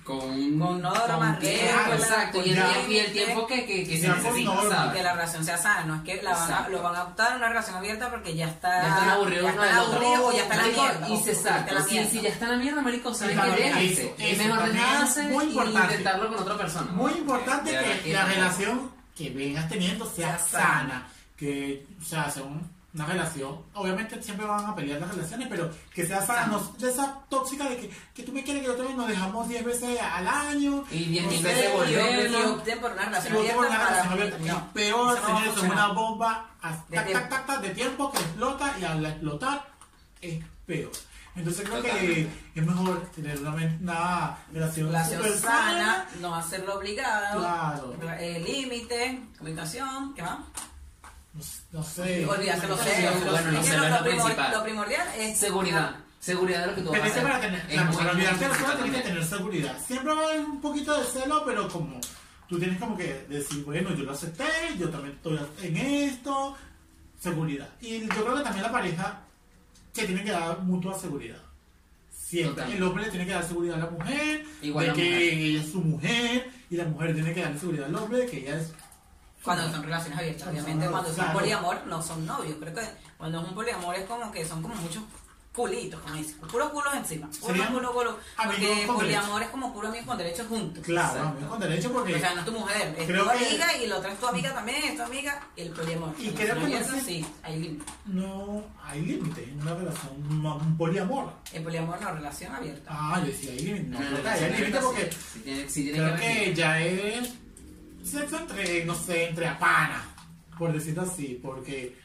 [SPEAKER 2] con un.
[SPEAKER 1] Con no dramas,
[SPEAKER 2] tiempo,
[SPEAKER 3] reglas,
[SPEAKER 2] exacto. Y el,
[SPEAKER 3] ya.
[SPEAKER 2] tiempo, y el tiempo que, que, que se
[SPEAKER 3] Ya con
[SPEAKER 2] necesita,
[SPEAKER 3] normas.
[SPEAKER 1] Y que
[SPEAKER 2] ¿sabes?
[SPEAKER 1] la relación sea sana, no es que la van a,
[SPEAKER 2] Exacto.
[SPEAKER 1] lo van a optar a una relación abierta porque ya está.
[SPEAKER 2] Ya están aburridos
[SPEAKER 1] ya
[SPEAKER 2] uno del
[SPEAKER 1] están
[SPEAKER 2] otro.
[SPEAKER 1] aburridos o ya está la
[SPEAKER 2] Marico,
[SPEAKER 1] mierda.
[SPEAKER 2] Y
[SPEAKER 1] o-
[SPEAKER 2] se
[SPEAKER 1] o ya está
[SPEAKER 2] exacta.
[SPEAKER 1] la
[SPEAKER 2] Si,
[SPEAKER 1] mierda.
[SPEAKER 2] si ya está la mierda, marico, ¿sabes
[SPEAKER 3] Claro,
[SPEAKER 2] qué?
[SPEAKER 3] eso,
[SPEAKER 2] Déjense. Es
[SPEAKER 3] eso
[SPEAKER 2] mejor
[SPEAKER 3] también es
[SPEAKER 2] dejarse
[SPEAKER 3] muy
[SPEAKER 2] y
[SPEAKER 3] importante.
[SPEAKER 2] intentarlo con otra persona.
[SPEAKER 3] Muy importante
[SPEAKER 2] De verdad
[SPEAKER 3] que la
[SPEAKER 2] no.
[SPEAKER 3] relación que vengas teniendo
[SPEAKER 1] Sea
[SPEAKER 3] sea
[SPEAKER 1] sana.
[SPEAKER 3] sana, que o sea, sea un- una relación, obviamente siempre van a pelear las relaciones, pero que sea sana, no de esa tóxica de que, que tú me quieres que yo también nos dejamos 10 veces al año.
[SPEAKER 2] Y 10.000
[SPEAKER 3] no sé,
[SPEAKER 2] veces
[SPEAKER 1] Y
[SPEAKER 2] volver.
[SPEAKER 1] opten- y
[SPEAKER 2] volverlo.
[SPEAKER 1] opten por una
[SPEAKER 3] Si
[SPEAKER 1] relación
[SPEAKER 3] vos te
[SPEAKER 1] abierta.
[SPEAKER 3] pones la
[SPEAKER 1] para-
[SPEAKER 3] relación abierta,
[SPEAKER 1] No,
[SPEAKER 3] y peor,
[SPEAKER 1] eso no va a
[SPEAKER 3] señores, es
[SPEAKER 1] funcionar.
[SPEAKER 3] una bomba a-
[SPEAKER 1] De
[SPEAKER 3] tac,
[SPEAKER 1] tiempo.
[SPEAKER 3] tac, tac, tac, de tiempo que explota y al explotar es peor. Entonces creo que
[SPEAKER 2] Totalmente.
[SPEAKER 3] es mejor tener una, una relación,
[SPEAKER 1] Relación
[SPEAKER 3] súper
[SPEAKER 1] sana, no hacerlo obligado.
[SPEAKER 3] Claro.
[SPEAKER 1] Eh, Límite, comunicación, ¿qué más?
[SPEAKER 3] No, no sé.
[SPEAKER 1] Olvidarse los
[SPEAKER 2] Sí,
[SPEAKER 1] celos.
[SPEAKER 2] bueno, los
[SPEAKER 1] Es que
[SPEAKER 2] celos es lo
[SPEAKER 1] primor-
[SPEAKER 2] principal.
[SPEAKER 1] Lo primordial es
[SPEAKER 2] Seguridad. Seguridad de lo que tú vas
[SPEAKER 3] Pero
[SPEAKER 2] a
[SPEAKER 3] es que
[SPEAKER 2] hacer.
[SPEAKER 3] para tener,
[SPEAKER 2] Es
[SPEAKER 3] la
[SPEAKER 2] muy
[SPEAKER 3] para olvidarte de las
[SPEAKER 2] importante
[SPEAKER 3] cosas tienes que
[SPEAKER 2] también.
[SPEAKER 3] tener seguridad. Siempre va a haber un poquito de celo, pero como tú tienes como que decir, bueno, yo lo acepté, yo también estoy en esto, seguridad. Y yo creo que también la pareja se tiene que dar mutua seguridad. Siempre.
[SPEAKER 2] Total.
[SPEAKER 3] El hombre le tiene que dar seguridad a la mujer,
[SPEAKER 2] Igual
[SPEAKER 3] de
[SPEAKER 2] la
[SPEAKER 3] que
[SPEAKER 2] mujer.
[SPEAKER 3] ella es su mujer, y la mujer tiene que darle seguridad al hombre de que ella es
[SPEAKER 1] Cuando son relaciones abiertas, obviamente
[SPEAKER 3] Claro,
[SPEAKER 1] cuando son
[SPEAKER 3] claro.
[SPEAKER 1] poliamor no son novios, creo que cuando es un poliamor es como que son como muchos culitos, como dicen, puros culos encima. Puro,
[SPEAKER 3] Serían
[SPEAKER 1] culo, culo. Porque
[SPEAKER 3] amigos con
[SPEAKER 1] poliamor es como puro amigos con derechos juntos.
[SPEAKER 3] Claro,
[SPEAKER 2] Exacto.
[SPEAKER 3] amigos con derecho
[SPEAKER 1] O
[SPEAKER 3] porque...
[SPEAKER 1] sea, no es tu mujer, es
[SPEAKER 3] Creo
[SPEAKER 1] tu
[SPEAKER 3] que-
[SPEAKER 1] amiga y la otra es tu amiga también, es tu amiga, y el poliamor.
[SPEAKER 3] Y
[SPEAKER 1] En
[SPEAKER 3] creo
[SPEAKER 1] la
[SPEAKER 3] que
[SPEAKER 1] poliamor,
[SPEAKER 3] no sé-
[SPEAKER 1] sí, hay límite.
[SPEAKER 3] No hay límite en una relación, ma- un poliamor.
[SPEAKER 1] El poliamor no, relación abierta.
[SPEAKER 3] Ah, yo decía, hay límite. No,
[SPEAKER 2] Una
[SPEAKER 3] creo que
[SPEAKER 2] relación
[SPEAKER 3] hay límite
[SPEAKER 2] abierta,
[SPEAKER 3] porque
[SPEAKER 2] sí. Sí tiene, sí tiene
[SPEAKER 3] creo
[SPEAKER 2] que haber
[SPEAKER 3] que ya es sexo entre, no sé, entre apanas, por decirlo así, porque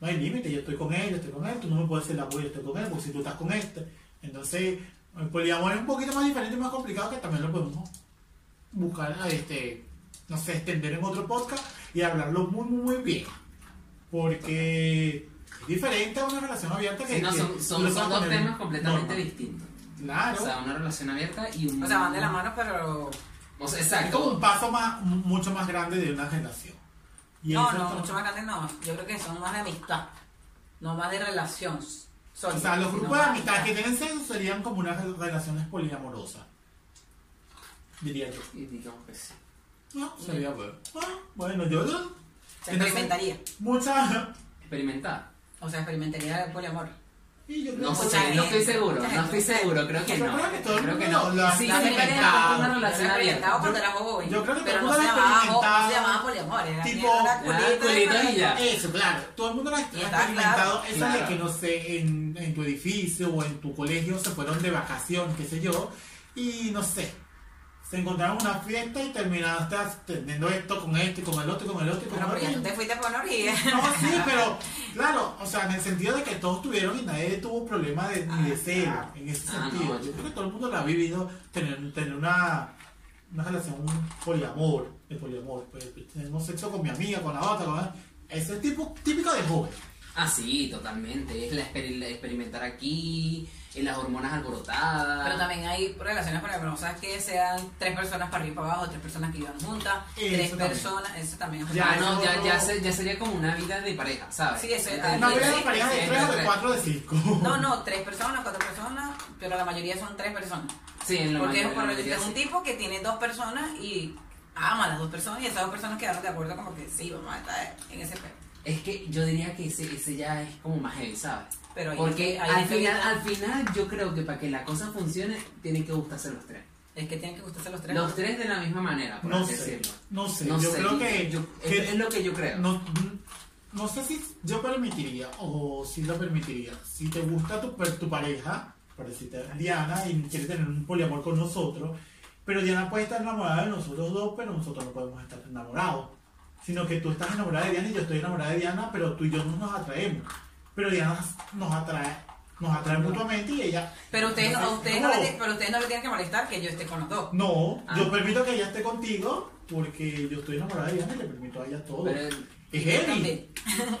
[SPEAKER 3] no hay límite. Yo estoy con él, yo estoy con él, tú no me puedes hacer la bulla, yo estoy con él, porque si tú estás con este. Entonces, el poliamor es un poquito más diferente y más complicado que también lo podemos buscar, este, no sé, extender en otro podcast y hablarlo muy, muy, muy bien. Porque es diferente a una relación abierta que.
[SPEAKER 2] Sí, no,
[SPEAKER 3] que
[SPEAKER 2] son, son-
[SPEAKER 3] lo
[SPEAKER 2] son
[SPEAKER 3] puedas
[SPEAKER 2] dos
[SPEAKER 3] poner
[SPEAKER 2] temas completamente
[SPEAKER 3] normal.
[SPEAKER 2] distintos.
[SPEAKER 3] Claro.
[SPEAKER 2] O sea, una relación abierta y un.
[SPEAKER 1] Ah, O sea, van de la mano, pero.
[SPEAKER 2] O sea,
[SPEAKER 3] Es como un
[SPEAKER 2] exacto.
[SPEAKER 3] paso más, mucho más grande de una generación. Y
[SPEAKER 1] No,
[SPEAKER 3] eso
[SPEAKER 1] no,
[SPEAKER 3] está-
[SPEAKER 1] mucho más grande no. Yo creo que son más de amistad, no más de relación.
[SPEAKER 3] O sea, los grupos de amistad que tienen sexo serían como unas relaciones poliamorosas. Diría yo.
[SPEAKER 2] Y digamos que sí.
[SPEAKER 3] No, sería bueno. Ah, bueno, yo no.
[SPEAKER 1] Se experimentaría.
[SPEAKER 3] Muchas.
[SPEAKER 2] Experimentar.
[SPEAKER 1] O sea, experimentaría el poliamor.
[SPEAKER 3] Y yo creo
[SPEAKER 2] No
[SPEAKER 3] que-
[SPEAKER 1] Mucha
[SPEAKER 2] sé, no estoy
[SPEAKER 1] gente,
[SPEAKER 2] seguro,
[SPEAKER 1] mucha
[SPEAKER 2] no
[SPEAKER 1] gente.
[SPEAKER 2] estoy seguro,
[SPEAKER 1] eh,
[SPEAKER 2] creo que
[SPEAKER 3] Yo
[SPEAKER 2] no.
[SPEAKER 3] creo que todo el
[SPEAKER 2] Creo que
[SPEAKER 3] mundo
[SPEAKER 2] no.
[SPEAKER 3] lo ha
[SPEAKER 2] Sí,
[SPEAKER 1] La
[SPEAKER 2] se
[SPEAKER 1] primera
[SPEAKER 3] experimentado.
[SPEAKER 1] era una
[SPEAKER 2] una relación
[SPEAKER 1] relación experimentado
[SPEAKER 2] abierta.
[SPEAKER 1] cuando era joven.
[SPEAKER 3] Yo creo que
[SPEAKER 1] pero
[SPEAKER 3] todo
[SPEAKER 1] no
[SPEAKER 3] el
[SPEAKER 1] se
[SPEAKER 3] mundo
[SPEAKER 1] llamaba, jo-
[SPEAKER 3] experimentaba.
[SPEAKER 1] no se llamaba poliamor, era
[SPEAKER 3] Tipo-
[SPEAKER 1] mierda,
[SPEAKER 2] Ah, culito y ya.
[SPEAKER 3] Eso, claro. Todo el mundo lo ha
[SPEAKER 1] Y está
[SPEAKER 3] experimentado.
[SPEAKER 1] claro,
[SPEAKER 3] Eso de
[SPEAKER 2] claro.
[SPEAKER 3] que, no sé, en, en tu edificio o en tu colegio se fueron de vacación, qué sé yo, y no sé, se encontraron en una fiesta y terminaste teniendo esto con esto y con el otro y con el otro y con
[SPEAKER 1] Bueno,
[SPEAKER 3] el
[SPEAKER 1] pero ya
[SPEAKER 3] otro.
[SPEAKER 1] tú te fuiste por una orilla.
[SPEAKER 3] No, sí, pero claro, o sea, en el sentido de que todos tuvieron y nadie tuvo problema de, ni de
[SPEAKER 1] Ah,
[SPEAKER 3] cero,
[SPEAKER 1] claro.
[SPEAKER 3] en ese
[SPEAKER 2] Ah,
[SPEAKER 3] sentido.
[SPEAKER 2] no,
[SPEAKER 3] yo creo que todo el mundo lo ha vivido, tener, tener una, una relación poliamor, de poliamor, pues, tenemos sexo con mi amiga, con la otra, con la- ese tipo típico de joven.
[SPEAKER 2] Ah, sí, totalmente. Es la exper- la experimentar aquí, en las hormonas alborotadas.
[SPEAKER 1] Pero también hay relaciones poliamorosas que sean tres personas para arriba y para abajo, tres personas que vivan juntas,
[SPEAKER 3] Eso
[SPEAKER 1] tres
[SPEAKER 3] también.
[SPEAKER 1] personas, eso también es un
[SPEAKER 3] Ya,
[SPEAKER 2] Ah,
[SPEAKER 1] problema.
[SPEAKER 2] no, ya,
[SPEAKER 3] no.
[SPEAKER 2] ya, se- ya sería como una vida de pareja, ¿sabes?
[SPEAKER 1] Sí, eso es-
[SPEAKER 2] Entre-
[SPEAKER 3] Una
[SPEAKER 1] sí,
[SPEAKER 3] vez
[SPEAKER 1] sí,
[SPEAKER 3] de pareja de
[SPEAKER 1] sí,
[SPEAKER 3] tres o de
[SPEAKER 2] entre-
[SPEAKER 3] cuatro de cinco.
[SPEAKER 1] No, no, tres personas, cuatro personas, pero la mayoría son tres personas.
[SPEAKER 2] Sí, en la
[SPEAKER 1] Porque es
[SPEAKER 2] mayoría-
[SPEAKER 1] por-
[SPEAKER 2] la mayoría
[SPEAKER 1] es un
[SPEAKER 2] sí.
[SPEAKER 1] tipo que tiene dos personas y ama a las dos personas y esas dos personas quedaron de acuerdo como que sí, vamos a estar en ese pe-
[SPEAKER 2] Es que yo diría que ese, ese ya es como más heavy, ¿sabes?
[SPEAKER 1] Pero ahí-
[SPEAKER 2] Porque
[SPEAKER 1] ahí
[SPEAKER 2] al,
[SPEAKER 1] es que
[SPEAKER 2] final,
[SPEAKER 1] viene-
[SPEAKER 2] al final yo creo que para que la cosa funcione tienen que gustarse los tres.
[SPEAKER 1] Es que tienen que gustarse los tres.
[SPEAKER 2] Los tres de la misma manera, por
[SPEAKER 3] No
[SPEAKER 2] así
[SPEAKER 3] sé,
[SPEAKER 2] decirlo.
[SPEAKER 3] no sé,
[SPEAKER 2] No
[SPEAKER 3] yo
[SPEAKER 2] sé,
[SPEAKER 3] creo que,
[SPEAKER 2] yo-
[SPEAKER 3] que-
[SPEAKER 2] es, es lo que yo creo.
[SPEAKER 3] No, no sé si yo permitiría o si lo permitiría. Si te gusta tu, per- tu pareja, por decirte Diana, y quiere tener un poliamor con nosotros, pero Diana puede estar enamorada de nosotros dos, pero nosotros no podemos estar enamorados. Sino que tú estás enamorada de Diana y yo estoy enamorada de Diana, pero tú y yo no nos atraemos. Pero Diana nos atrae, nos atrae mutuamente y ella.
[SPEAKER 1] Pero ustedes, no, a ustedes no,
[SPEAKER 3] No.
[SPEAKER 1] le, ti- pero ustedes no le tienen que molestar que yo esté con los dos.
[SPEAKER 3] No,
[SPEAKER 2] Ah.
[SPEAKER 3] yo permito que ella esté contigo porque yo estoy enamorada de Diana y le permito a ella todo.
[SPEAKER 2] Pero-
[SPEAKER 3] es
[SPEAKER 1] Yo
[SPEAKER 3] heavy.
[SPEAKER 1] también.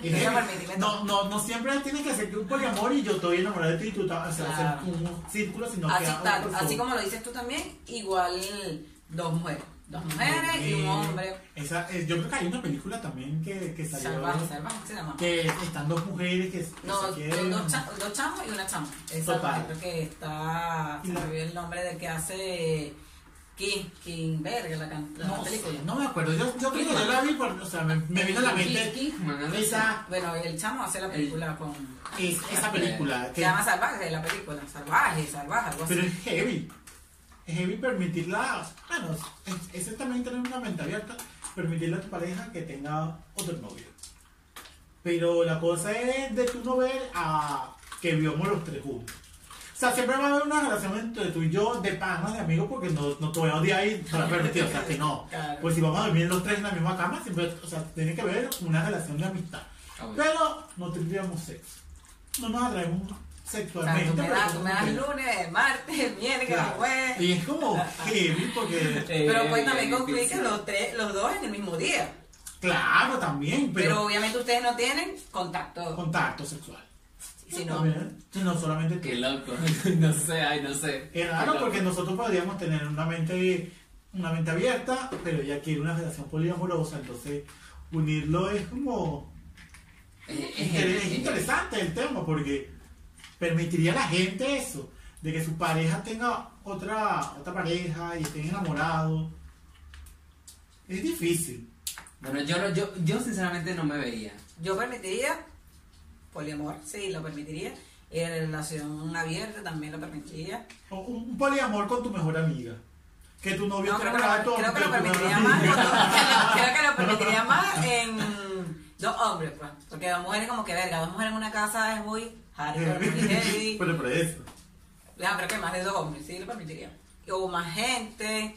[SPEAKER 3] Es
[SPEAKER 1] Ella
[SPEAKER 3] que
[SPEAKER 1] permitirle
[SPEAKER 3] No, no, no siempre tiene que ser que un poliamor y yo estoy enamorado de ti y tú estás, o sea,
[SPEAKER 1] Claro.
[SPEAKER 3] hacer un círculo, sino que
[SPEAKER 1] Así
[SPEAKER 3] a otra
[SPEAKER 1] tal,
[SPEAKER 3] persona.
[SPEAKER 1] así como lo dices tú también, igual dos mujeres. Dos mujeres y un hombre.
[SPEAKER 3] Esa, es- yo creo que hay una película también que, que salió.
[SPEAKER 1] Salvaje, salvaje, se llama.
[SPEAKER 3] Que están dos mujeres que, que
[SPEAKER 1] No,
[SPEAKER 3] se quieren.
[SPEAKER 1] dos, cha- dos chamos y una chama. Esa
[SPEAKER 3] Total.
[SPEAKER 1] mujer creo que está. Se me olvidó el nombre del que hace. King, King Berger, la, can- la
[SPEAKER 3] no,
[SPEAKER 1] película.
[SPEAKER 3] sé, no me acuerdo. Yo, yo creo que yo la vi, por, o sea, me, me vino a la mente
[SPEAKER 2] Kingman, algo así.
[SPEAKER 3] esa,
[SPEAKER 1] Bueno, el chamo hace la película con.
[SPEAKER 3] es- esa película.
[SPEAKER 1] Se
[SPEAKER 3] que-
[SPEAKER 1] llama Salvaje, la película. Salvaje, salvaje, algo
[SPEAKER 3] Pero
[SPEAKER 1] así.
[SPEAKER 3] es heavy. Es heavy permitirla. Bueno, es- es también tener una mente abierta. Permitirle a tu pareja que tenga otro novio. Pero la cosa es de tu no ver a que vivamos los tres juntos. O sea, siempre va a haber una relación entre tú y yo de panas, de amigos, porque no, no te voy a odiar y te voy a permitir. O sea, que no.
[SPEAKER 1] Claro.
[SPEAKER 3] Pues si vamos a dormir los tres en la misma cama, siempre, o sea, tiene que haber una relación de amistad.
[SPEAKER 2] Ah, bueno.
[SPEAKER 3] Pero no tendríamos sexo. No nos atraemos
[SPEAKER 1] O sea,
[SPEAKER 3] sexualmente.
[SPEAKER 1] tú me
[SPEAKER 3] pero
[SPEAKER 1] das, tú
[SPEAKER 3] como
[SPEAKER 1] me das
[SPEAKER 3] que-
[SPEAKER 1] lunes, martes, miércoles,
[SPEAKER 3] Claro.
[SPEAKER 1] jueves.
[SPEAKER 3] Y es como heavy porque,
[SPEAKER 2] Eh,
[SPEAKER 1] Pero pues también
[SPEAKER 2] bien
[SPEAKER 1] concluir que
[SPEAKER 2] difícil.
[SPEAKER 1] los, tres, los dos en el mismo día.
[SPEAKER 3] claro,
[SPEAKER 1] Pero,
[SPEAKER 3] también, pero,
[SPEAKER 1] obviamente ustedes no tienen contacto.
[SPEAKER 3] contacto sexual.
[SPEAKER 1] Si no,
[SPEAKER 3] También, si no solamente tú.
[SPEAKER 2] Qué loco. no sé, ay, no sé.
[SPEAKER 3] Es
[SPEAKER 2] Qué
[SPEAKER 3] raro
[SPEAKER 2] loco.
[SPEAKER 3] porque nosotros podríamos tener una mente, una mente abierta, pero ella quiere una relación poliamorosa, entonces unirlo es como...
[SPEAKER 2] Es- es-
[SPEAKER 3] Es,
[SPEAKER 2] es- es-
[SPEAKER 3] interesante el tema porque permitiría a la gente eso, de que su pareja tenga otra, otra pareja y estén enamorados. Es difícil.
[SPEAKER 2] Bueno, yo, no- yo, yo sinceramente no me veía.
[SPEAKER 1] yo permitiría poliamor, sí, lo permitiría. eh, relación abierta también lo permitía.
[SPEAKER 3] O Un, un poliamor con tu mejor amiga. Que tu novio
[SPEAKER 1] No,
[SPEAKER 3] sea
[SPEAKER 1] creo, que lo,
[SPEAKER 3] gato,
[SPEAKER 1] creo que lo
[SPEAKER 3] pero tu mejor
[SPEAKER 1] permitiría
[SPEAKER 3] amiga.
[SPEAKER 1] más. cuando- creo que lo permitiría más en dos hombres, pues. Porque dos mujeres, como que verga, dos mujeres en una casa es muy hardcore, muy heavy.
[SPEAKER 3] pero por eso.
[SPEAKER 1] Ah, pero que más de dos hombres, sí, lo permitiría. O más gente.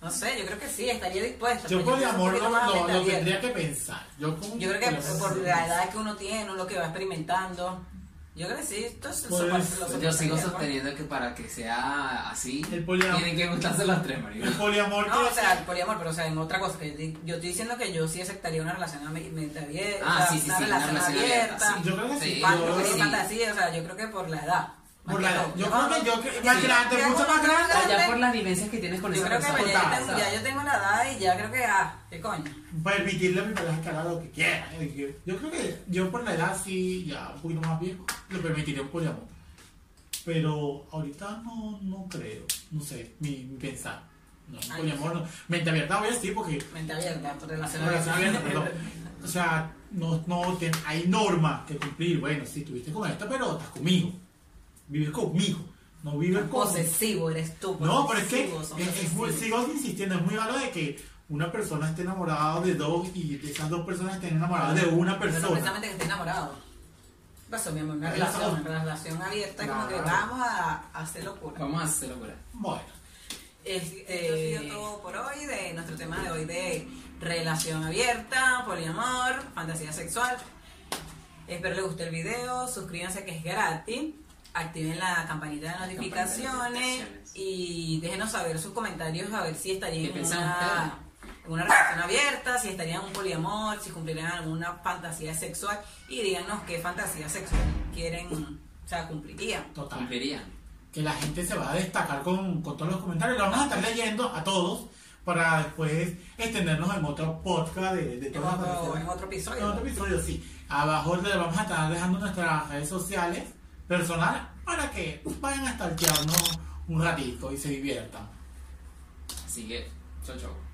[SPEAKER 1] No sé, yo creo que sí, estaría dispuesta.
[SPEAKER 3] Yo
[SPEAKER 1] pero soy un
[SPEAKER 3] poliamor
[SPEAKER 1] poquito
[SPEAKER 3] lo,
[SPEAKER 1] más
[SPEAKER 3] lo, lo
[SPEAKER 1] abierta.
[SPEAKER 3] tendría que pensar. Yo, como
[SPEAKER 1] Yo creo que
[SPEAKER 3] pero-
[SPEAKER 1] por la edad que uno tiene, lo que va experimentando. Yo creo que sí, esto es
[SPEAKER 3] Pues,
[SPEAKER 1] lo pues.
[SPEAKER 2] Yo sigo sosteniendo que para que sea así,
[SPEAKER 3] El poliamor.
[SPEAKER 2] tienen que gustarse los tres, marico.
[SPEAKER 3] El poliamor
[SPEAKER 1] No,
[SPEAKER 3] que-
[SPEAKER 1] o sea, el poliamor, pero o sea, en otra cosa, que yo, di- yo estoy diciendo que yo sí aceptaría una relación abierta, abierta
[SPEAKER 2] Ah, sí, sí,
[SPEAKER 1] una
[SPEAKER 2] sí, una
[SPEAKER 1] relación
[SPEAKER 2] relación
[SPEAKER 1] abierta.
[SPEAKER 2] abierta, sí.
[SPEAKER 3] Yo creo que sí.
[SPEAKER 2] Sí,
[SPEAKER 1] Pan,
[SPEAKER 3] yo-
[SPEAKER 1] lo que
[SPEAKER 2] sí.
[SPEAKER 1] se trata así, o sea, yo creo que por la edad. más
[SPEAKER 3] Por
[SPEAKER 1] que
[SPEAKER 3] la-
[SPEAKER 1] todo.
[SPEAKER 3] yo creo que yo que- más
[SPEAKER 1] sí,
[SPEAKER 3] grande,
[SPEAKER 1] ya
[SPEAKER 3] mucho
[SPEAKER 1] cuando
[SPEAKER 3] más
[SPEAKER 1] yo
[SPEAKER 3] grande.
[SPEAKER 1] grande,
[SPEAKER 2] Ya por las vivencias que tienes con
[SPEAKER 1] Yo
[SPEAKER 2] esa
[SPEAKER 1] creo que me-
[SPEAKER 2] persona.
[SPEAKER 1] ya, yo tengo-
[SPEAKER 2] ¿sabes?
[SPEAKER 1] ya yo tengo la edad y ya creo que, ah, qué coño.
[SPEAKER 3] permitirle a mi pareja que haga lo que quiera. Yo, yo creo que yo por la edad sí, ya un poquito más viejo, le permitiría un poliamor. Pero ahorita no, no creo, no sé, mi, mi pensar. No, un
[SPEAKER 1] Ay,
[SPEAKER 3] poliamor no. Mente abierta voy a decir porque...
[SPEAKER 1] Mente abierta, por relación
[SPEAKER 3] no, relación
[SPEAKER 1] abierta.
[SPEAKER 3] abierta, perdón. O sea, no, no te- hay normas que cumplir. Bueno, sí, tuviste con esta, pero estás conmigo. Vives conmigo. No vives con...
[SPEAKER 1] Posesivo eres tú.
[SPEAKER 3] No, pero es que
[SPEAKER 1] posesivo, son
[SPEAKER 3] es- es muy-
[SPEAKER 1] posesivos.
[SPEAKER 3] sigo insistiendo, es muy malo de que una persona esté enamorada de dos y de esas dos personas estén enamoradas de una
[SPEAKER 1] Pero
[SPEAKER 3] persona.
[SPEAKER 1] precisamente que esté enamorado. ¿Qué pasó, mi amor? Una
[SPEAKER 3] Eso.
[SPEAKER 1] relación, una relación abierta, como que
[SPEAKER 3] Claro.
[SPEAKER 1] vamos a, a hacer locura.
[SPEAKER 2] Vamos a pues. hacer locura.
[SPEAKER 3] Bueno,
[SPEAKER 1] Este, esto ha sido todo por hoy de nuestro tema de hoy de relación abierta, poliamor, fantasía sexual. Espero les guste el video, suscríbanse que es gratis, activen la campanita de notificaciones
[SPEAKER 2] notificaciones.
[SPEAKER 1] y déjenos saber sus comentarios a ver si estarían
[SPEAKER 2] ¿Qué
[SPEAKER 1] en
[SPEAKER 2] piensan
[SPEAKER 1] una, en una relación abierta, si estarían en un poliamor, si cumplirían alguna fantasía sexual y díganos qué fantasía sexual quieren, o sea, cumplirían.
[SPEAKER 3] total.
[SPEAKER 2] Cumplirían.
[SPEAKER 3] Que la gente se va a destacar con, con todos los comentarios. Lo vamos a estar leyendo a todos para después extendernos en otro podcast de, de
[SPEAKER 1] En
[SPEAKER 3] todas las
[SPEAKER 1] otro, en otro
[SPEAKER 3] personas. En otro
[SPEAKER 1] episodio.
[SPEAKER 3] episodio, sí. Abajo le vamos a estar dejando nuestras redes sociales personales para que vayan a stalkearnos un ratito y se diviertan.
[SPEAKER 2] Así que, chau, chau.